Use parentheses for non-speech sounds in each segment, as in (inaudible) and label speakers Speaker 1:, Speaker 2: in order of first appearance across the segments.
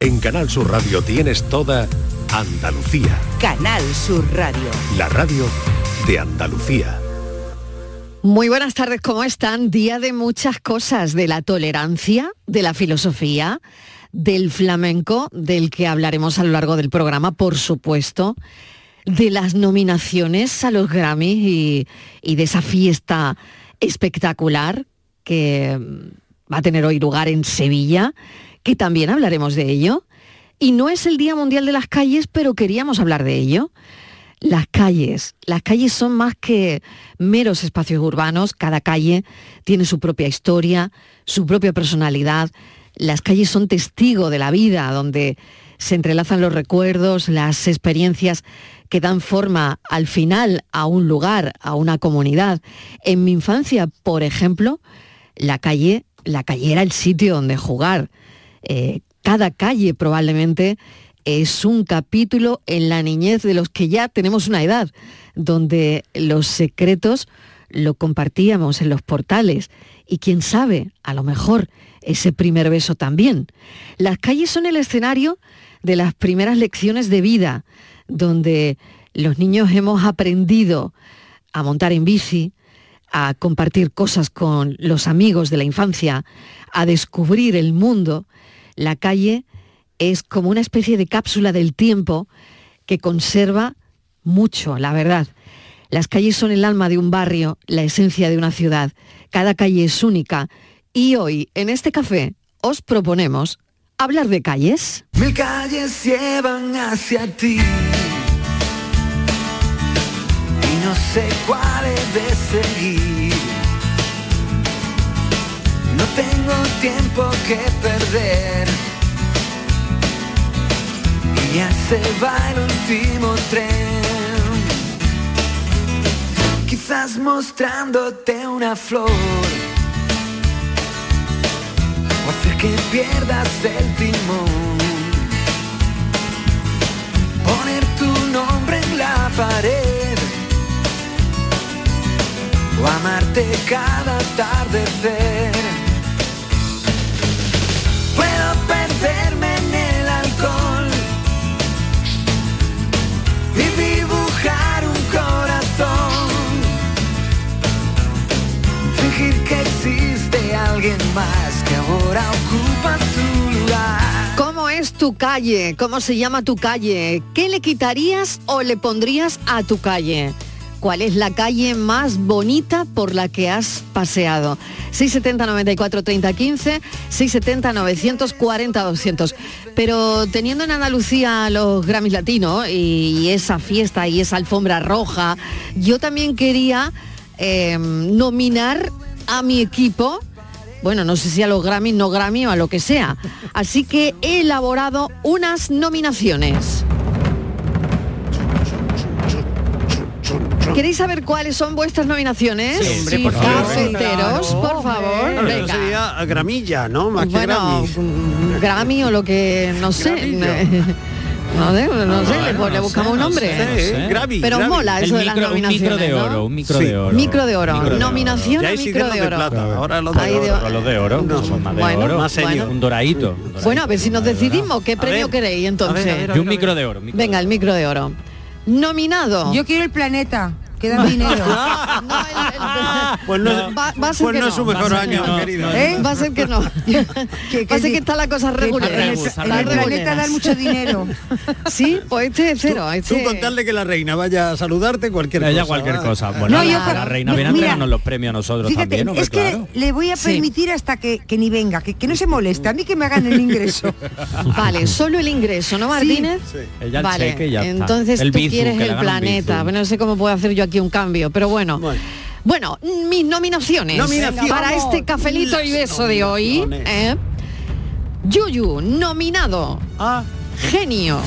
Speaker 1: En Canal Sur Radio tienes toda Andalucía,
Speaker 2: Canal Sur Radio.
Speaker 1: la radio de Andalucía.
Speaker 3: Muy buenas tardes, ¿cómo están? Día de muchas cosas, de la tolerancia, de la filosofía, del flamenco, del que hablaremos a lo largo del programa, por supuesto, de las nominaciones a los Grammys y, y de esa fiesta espectacular que mm, va a tener hoy lugar en Sevilla, que también hablaremos de ello. Y no es el Día Mundial de las Calles, pero queríamos hablar de ello las calles. Las calles son más que meros espacios urbanos, cada calle tiene su propia historia, su propia personalidad. Las calles son testigo de la vida, donde se entrelazan los recuerdos, las experiencias que dan forma al final a un lugar, a una comunidad. En mi infancia, por ejemplo, la calle, la calle era el sitio donde jugar. Eh, cada calle probablemente es un capítulo en la niñez de los que ya tenemos una edad, donde los secretos lo compartíamos en los portales y quién sabe, a lo mejor ese primer beso también. Las calles son el escenario de las primeras lecciones de vida, donde los niños hemos aprendido a montar en bici, a compartir cosas con los amigos de la infancia, a descubrir el mundo. La calle es como una especie de cápsula del tiempo que conserva mucho, la verdad. Las calles son el alma de un barrio, la esencia de una ciudad. Cada calle es única. Y hoy, en este café, os proponemos hablar de calles.
Speaker 4: Mil calles llevan hacia ti. Y no sé cuál he de seguir. No tengo tiempo que perder. Y ya se va el último tren. Quizás mostrándote una flor. o hacer que pierdas el timón. Poner tu nombre en la pared o amarte cada atardecer. Puedo perderme en el alcohol y dibujar un corazón fingir que existe alguien más que ahora ocupa tu lugar.
Speaker 3: ¿Cómo es tu calle? ¿Cómo se llama tu calle? ¿Qué le quitarías o le pondrías a tu calle? ¿Cuál es la calle más bonita por la que has paseado? 670 94 30 15, 670 940 200. Pero teniendo en Andalucía los Grammys Latinos y esa fiesta y esa alfombra roja, yo también quería eh, nominar a mi equipo bueno, no sé si a los Grammy, no Grammy o a lo que sea. Así que he elaborado unas nominaciones. ¿Queréis saber cuáles son vuestras nominaciones?
Speaker 5: Sí, hombre, por favor.
Speaker 3: Cafeteros, por favor.
Speaker 5: Claro, eso
Speaker 3: venga.
Speaker 5: sería gramilla, ¿no? Más que
Speaker 3: Bueno,
Speaker 5: Grammy.
Speaker 3: mm, Grammy o lo que, no sé.
Speaker 5: Gramillo.
Speaker 3: (laughs) No, sé, no sé, le,
Speaker 5: bueno,
Speaker 3: le
Speaker 5: no
Speaker 3: buscamos
Speaker 5: sé,
Speaker 3: un
Speaker 5: no
Speaker 3: nombre.
Speaker 5: sé, no sé. Grammy,
Speaker 3: Pero os
Speaker 5: Grammy.
Speaker 3: mola
Speaker 6: El
Speaker 3: eso de las
Speaker 6: micro- un micro
Speaker 3: nominaciones.
Speaker 6: de
Speaker 3: ¿no?
Speaker 6: oro, un micro de oro.
Speaker 3: Micro de oro.
Speaker 6: Micro de oro.
Speaker 3: Nominación
Speaker 5: Ya
Speaker 3: a
Speaker 5: hay
Speaker 3: micro
Speaker 5: de,
Speaker 3: de oro.
Speaker 5: plata, ahora los de
Speaker 3: Ay,
Speaker 5: oro.
Speaker 3: de
Speaker 6: Pero los de oro,
Speaker 5: No.
Speaker 6: somos más de
Speaker 3: Bueno,
Speaker 6: oro.
Speaker 3: Más serio.
Speaker 6: Un doradito. un doradito,
Speaker 3: Bueno, a ver si
Speaker 6: uno
Speaker 3: nos
Speaker 6: de dorado.
Speaker 3: decidimos qué premio queréis entonces.
Speaker 6: Yo un micro de oro. un micro
Speaker 3: Venga,
Speaker 6: de
Speaker 3: el
Speaker 6: oro.
Speaker 3: micro de oro. Nominado.
Speaker 7: Yo quiero el planeta, que dan dinero.
Speaker 3: No, el- el-
Speaker 5: Pues no,
Speaker 3: Va- va a ser
Speaker 5: pues
Speaker 3: que
Speaker 5: no
Speaker 3: no.
Speaker 5: es su mejor
Speaker 6: Va a ser que
Speaker 5: año,
Speaker 6: no.
Speaker 5: querido.
Speaker 7: ¿Eh?
Speaker 3: Va a ser que no.
Speaker 5: (laughs)
Speaker 7: Que-
Speaker 3: Va a
Speaker 7: que-
Speaker 3: ser que está la cosa regular.
Speaker 7: En el,
Speaker 6: Arrebus,
Speaker 7: en el
Speaker 6: arrebus.
Speaker 7: planeta dan mucho dinero.
Speaker 3: (laughs) Sí, pues este es cero.
Speaker 5: Tú
Speaker 3: este-
Speaker 5: contarle que la reina vaya a saludarte cualquier
Speaker 6: Ya,
Speaker 5: cosa. ¿eh?
Speaker 6: ya cualquier
Speaker 5: ¿vale?
Speaker 6: cosa. Bueno,
Speaker 7: No, yo
Speaker 6: la,
Speaker 7: por-
Speaker 6: la reina
Speaker 7: mi-
Speaker 6: viene a
Speaker 7: mira.
Speaker 6: entregarnos los premios a nosotros
Speaker 7: Fíjate,
Speaker 6: también, hombre,
Speaker 7: es que
Speaker 6: claro.
Speaker 7: le voy a
Speaker 3: Sí.
Speaker 7: permitir hasta que, que ni venga, que, que no se moleste, a mí que me hagan el ingreso.
Speaker 3: (laughs) Vale, solo el ingreso, ¿no, Martínez?
Speaker 6: Ella el
Speaker 3: vale,
Speaker 6: cheque y ya está.
Speaker 3: entonces
Speaker 6: El
Speaker 3: tú
Speaker 6: bizum,
Speaker 3: quieres
Speaker 6: que le
Speaker 3: el
Speaker 6: hagan un
Speaker 3: planeta.
Speaker 6: bizum.
Speaker 3: Bueno, no sé cómo puedo hacer yo aquí un cambio, pero bueno.
Speaker 5: Bueno.
Speaker 3: Bueno, mis nominaciones
Speaker 5: Nominaciones.
Speaker 3: para
Speaker 5: Vamos.
Speaker 3: este cafelito y
Speaker 5: Las
Speaker 3: beso de hoy.
Speaker 5: nominaciones.
Speaker 3: ¿eh? Yuyu, nominado,
Speaker 5: Ah,
Speaker 3: genio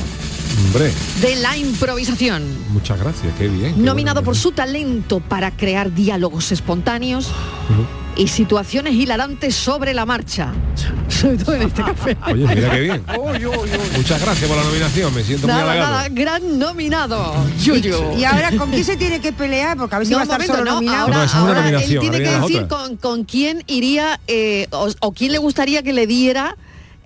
Speaker 8: Hombre,
Speaker 3: de la improvisación.
Speaker 8: muchas gracias, qué bien. qué
Speaker 3: Nominado
Speaker 8: bueno
Speaker 3: por
Speaker 8: que-
Speaker 3: su talento para crear diálogos espontáneos y situaciones hilarantes sobre
Speaker 7: (laughs)
Speaker 3: la marcha. Sobre todo en este café.
Speaker 8: Oye, mira
Speaker 3: (laughs)
Speaker 8: qué
Speaker 9: (laughs)
Speaker 8: bien.
Speaker 9: Oh,
Speaker 8: Muchas gracias por la nominación, me siento muy
Speaker 3: Nada, nada,
Speaker 8: halagado.
Speaker 3: gran nominado. Yuyu.
Speaker 7: Y ahora, ¿con quién se tiene que pelear? Porque a ver Pues si
Speaker 3: No,
Speaker 7: va a
Speaker 3: un
Speaker 7: estar solo
Speaker 3: momento, no.
Speaker 7: nominado.
Speaker 3: Ahora,
Speaker 8: No, esa es una
Speaker 3: ahora él
Speaker 8: nominación,
Speaker 3: tiene que
Speaker 8: habría
Speaker 3: decir
Speaker 8: otra.
Speaker 3: con, con quién iría eh, o, o quién le gustaría que le diera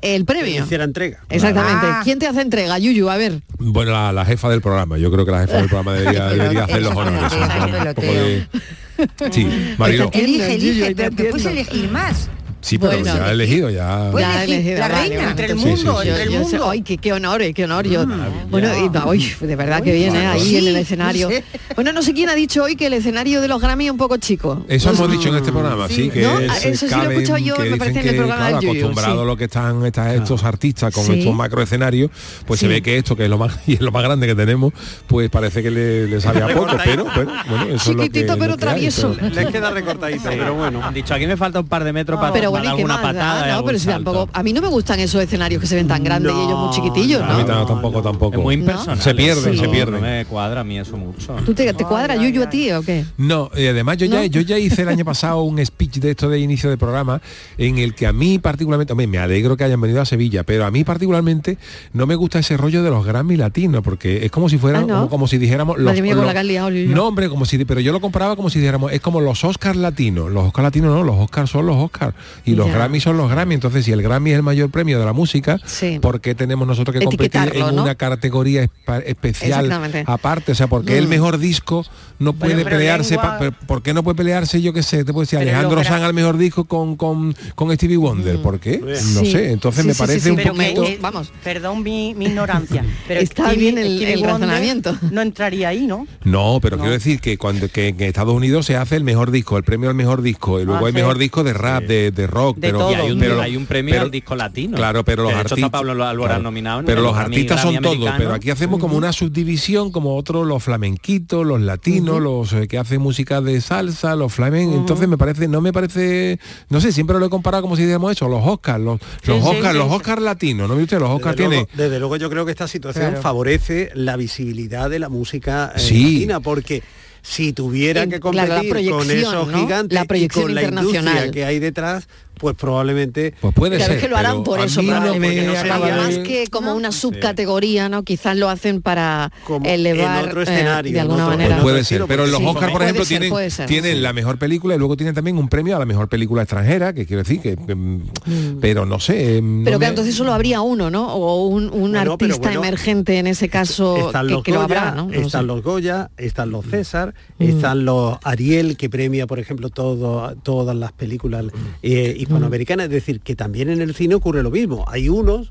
Speaker 3: el premio.
Speaker 5: Hiciera entrega.
Speaker 3: Exactamente.
Speaker 7: Ah.
Speaker 3: ¿Quién te hace entrega, Yuyu? A ver.
Speaker 8: Bueno, la, la jefa del programa. Yo creo que la jefa del
Speaker 3: (laughs)
Speaker 8: programa debería, debería hacer los honores.
Speaker 7: Eso es
Speaker 8: ¿no? Un poco de-
Speaker 3: (laughs)
Speaker 8: Sí, Marilo.
Speaker 7: Elige,
Speaker 3: Yuyu,
Speaker 7: elige,
Speaker 3: yo
Speaker 7: pero que puedes
Speaker 3: entiendo.
Speaker 7: elegir más.
Speaker 8: Sí, pero
Speaker 3: Bueno.
Speaker 8: ya ha elegido, ya.
Speaker 7: Puedes
Speaker 3: Ya he
Speaker 7: elegir,
Speaker 3: elegido,
Speaker 7: la
Speaker 3: vale,
Speaker 7: reina.
Speaker 3: vale,
Speaker 10: Entre el
Speaker 8: Sí, sí,
Speaker 10: mundo,
Speaker 8: sí.
Speaker 10: entre el
Speaker 3: Yo- yo sé-
Speaker 10: mundo. Ah,
Speaker 3: ay, qué, qué honor, eh, qué honor. Yo, bueno, y va, uy, de verdad que viene ahí en el escenario.
Speaker 10: no sé.
Speaker 3: Bueno, no sé quién ha dicho hoy que el escenario de los Grammy es un poco chico.
Speaker 8: Eso hemos dicho en este programa, sí, que
Speaker 3: No, Ah,
Speaker 8: es,
Speaker 3: eso Pues sí lo he
Speaker 8: caben,
Speaker 3: escuchado yo,
Speaker 8: que
Speaker 3: me parece,
Speaker 8: dicen
Speaker 3: en el
Speaker 8: que,
Speaker 3: programa
Speaker 8: claro,
Speaker 3: del Yuyu,
Speaker 8: acostumbrados
Speaker 3: sí.
Speaker 8: a lo que están estas- estos artistas con
Speaker 3: Sí.
Speaker 8: estos macro escenarios, pues
Speaker 3: Sí.
Speaker 8: se ve que esto, que es lo más (laughs) y es lo más grande que tenemos, pues parece que le,
Speaker 5: (laughs)
Speaker 8: le sabe a poco,
Speaker 5: Recorta ahí.
Speaker 8: pero bueno, bueno, eso es lo que-
Speaker 3: Chiquitito, pero
Speaker 8: lo que hay,
Speaker 3: travieso.
Speaker 8: pero-
Speaker 5: Les queda recortadita, pero bueno.
Speaker 6: Han dicho, aquí me falta un par de metros para, dar
Speaker 3: Pero bueno, ¿y qué
Speaker 6: alguna
Speaker 3: más?
Speaker 6: patada. y
Speaker 3: Ah, no,
Speaker 6: algún
Speaker 3: pero si
Speaker 6: salto.
Speaker 3: tampoco. A mí no me gustan esos escenarios que se ven tan grandes y ellos muy chiquitillos,
Speaker 8: A
Speaker 3: ¿no?
Speaker 8: mí no, tampoco, tampoco.
Speaker 6: Es muy impersonal.
Speaker 8: Se pierden,
Speaker 6: eso,
Speaker 8: se pierden.
Speaker 6: No me cuadra a mí eso mucho.
Speaker 3: ¿Tú te, te cuadra Yuyu a ti o qué?
Speaker 8: No, y además yo ya,
Speaker 3: ¿No?
Speaker 8: yo ya hice el año pasado un speech de esto de inicio de programa en el que a mí particularmente, hombre, me alegro que hayan venido a Sevilla, pero a mí particularmente no me gusta ese rollo de los Grammy latinos, porque es como si fueran,
Speaker 3: Ah, ¿no?
Speaker 8: como, como si dijéramos los,
Speaker 3: Madre mía, con la
Speaker 8: los-
Speaker 3: que has liado, Lilo.
Speaker 8: No, hombre, como si, pero yo lo comparaba como si dijéramos, es como los Oscars latinos, los Oscars latinos no, los Oscars son los Oscars y los
Speaker 3: Ya.
Speaker 8: Grammy son los Grammy, entonces si el Grammy es el mayor premio de la música,
Speaker 3: Sí.
Speaker 8: ¿por qué tenemos nosotros que competir
Speaker 3: Etiquetarlo,
Speaker 8: en
Speaker 3: ¿no?
Speaker 8: una categoría espa- especial
Speaker 3: Exactamente. Mm.
Speaker 8: aparte? O sea, porque el mejor disco no puede
Speaker 10: pero
Speaker 8: pelearse,
Speaker 10: lengua-
Speaker 8: pa- pero ¿por qué no puede pelearse, yo qué sé, te puedo decir,
Speaker 10: Pero
Speaker 8: Alejandro
Speaker 10: logra-
Speaker 8: Sanz al mejor disco con, con, con Stevie Wonder? ¿Por qué? No
Speaker 3: Sí.
Speaker 8: sé, entonces
Speaker 3: Sí,
Speaker 8: me
Speaker 3: sí, sí,
Speaker 8: parece
Speaker 3: sí,
Speaker 8: un
Speaker 3: pero
Speaker 8: poquito...
Speaker 3: que- vamos.
Speaker 10: Perdón mi, mi
Speaker 6: (laughs)
Speaker 10: ignorancia. Pero
Speaker 3: Está bien el- el
Speaker 10: Wonder
Speaker 3: razonamiento.
Speaker 10: (laughs) No entraría ahí, ¿no?
Speaker 8: No, pero
Speaker 10: No.
Speaker 8: quiero decir que cuando que en Estados Unidos se hace el mejor disco, el premio al mejor disco, y luego
Speaker 10: Ah,
Speaker 8: hay
Speaker 10: sí.
Speaker 8: mejor disco de rap, de, de rock,
Speaker 10: De
Speaker 8: pero,
Speaker 10: todo.
Speaker 6: Y hay un,
Speaker 8: pero-
Speaker 6: hay un premio
Speaker 8: pero-
Speaker 6: al disco latino.
Speaker 8: Claro, pero los
Speaker 6: Que de hecho
Speaker 8: artistas.
Speaker 6: está Pablo Alborán
Speaker 8: claro.
Speaker 6: nominado. en
Speaker 8: Pero
Speaker 6: el
Speaker 8: los
Speaker 6: Grammy-
Speaker 8: artistas son
Speaker 6: Grammy
Speaker 8: todos, pero
Speaker 6: americano.
Speaker 8: aquí hacemos como una subdivisión, como otros, los flamenquitos, los latinos, los eh, que hacen música de salsa, los flamencos. Entonces me parece, no me parece, no sé, siempre lo he comparado como si dijéramos eso, los Oscars, los, los
Speaker 10: sí,
Speaker 8: Oscars,
Speaker 10: sí,
Speaker 8: los
Speaker 10: sí.
Speaker 8: Oscars latinos, ¿no? ¿Ve usted? Los Oscars
Speaker 5: Desde luego,
Speaker 8: tienen.
Speaker 5: desde luego yo creo que esta situación favorece la visibilidad de la música eh,
Speaker 8: Sí.
Speaker 5: latina, porque si tuviera
Speaker 3: En-
Speaker 5: que
Speaker 3: claro, la
Speaker 5: competir con
Speaker 3: proyección,
Speaker 5: esos
Speaker 3: ¿no?
Speaker 5: gigantes
Speaker 3: La proyección
Speaker 5: y con la
Speaker 3: internacional.
Speaker 5: industria que hay detrás, pues probablemente
Speaker 8: Pues puede
Speaker 3: Claro,
Speaker 8: ser.
Speaker 3: es que lo harán
Speaker 8: pero
Speaker 3: por
Speaker 8: a
Speaker 3: eso,
Speaker 8: mí no
Speaker 3: probablemente,
Speaker 8: me
Speaker 5: porque no
Speaker 3: pero
Speaker 8: acaba
Speaker 5: sería-
Speaker 8: de-
Speaker 3: más que como una subcategoría, ¿no? Quizás lo hacen para
Speaker 5: Como
Speaker 3: elevar
Speaker 5: en otro
Speaker 3: eh,
Speaker 5: escenario,
Speaker 3: de
Speaker 5: en
Speaker 3: alguna
Speaker 5: otro- en
Speaker 3: manera.
Speaker 8: Pues puede
Speaker 5: otro
Speaker 8: ser,
Speaker 5: estilo,
Speaker 8: pero
Speaker 5: porque
Speaker 8: los
Speaker 5: sí,
Speaker 8: Oscar, por
Speaker 3: puede
Speaker 8: ejemplo,
Speaker 3: ser,
Speaker 8: tienen,
Speaker 3: puede ser,
Speaker 8: tienen
Speaker 3: sí.
Speaker 8: la mejor película y luego tienen también un premio a la mejor película extranjera, que quiero decir que, que, mm, pero no sé. eh, no
Speaker 3: Pero que
Speaker 8: me-
Speaker 3: entonces solo habría uno, ¿no? O un, un
Speaker 5: Bueno, pero
Speaker 3: artista
Speaker 5: bueno,
Speaker 3: emergente en ese caso
Speaker 5: están
Speaker 3: que,
Speaker 5: los
Speaker 3: que lo
Speaker 5: Goya,
Speaker 3: habrá, ¿no? No lo
Speaker 5: están
Speaker 3: sé. Mm.
Speaker 5: los Goya, están los César, están los Ariel que premia, por ejemplo, todo, todas las películas eh,
Speaker 3: Mm.
Speaker 5: hispanoamericanas. Es decir, que también en el cine ocurre lo mismo. Hay unos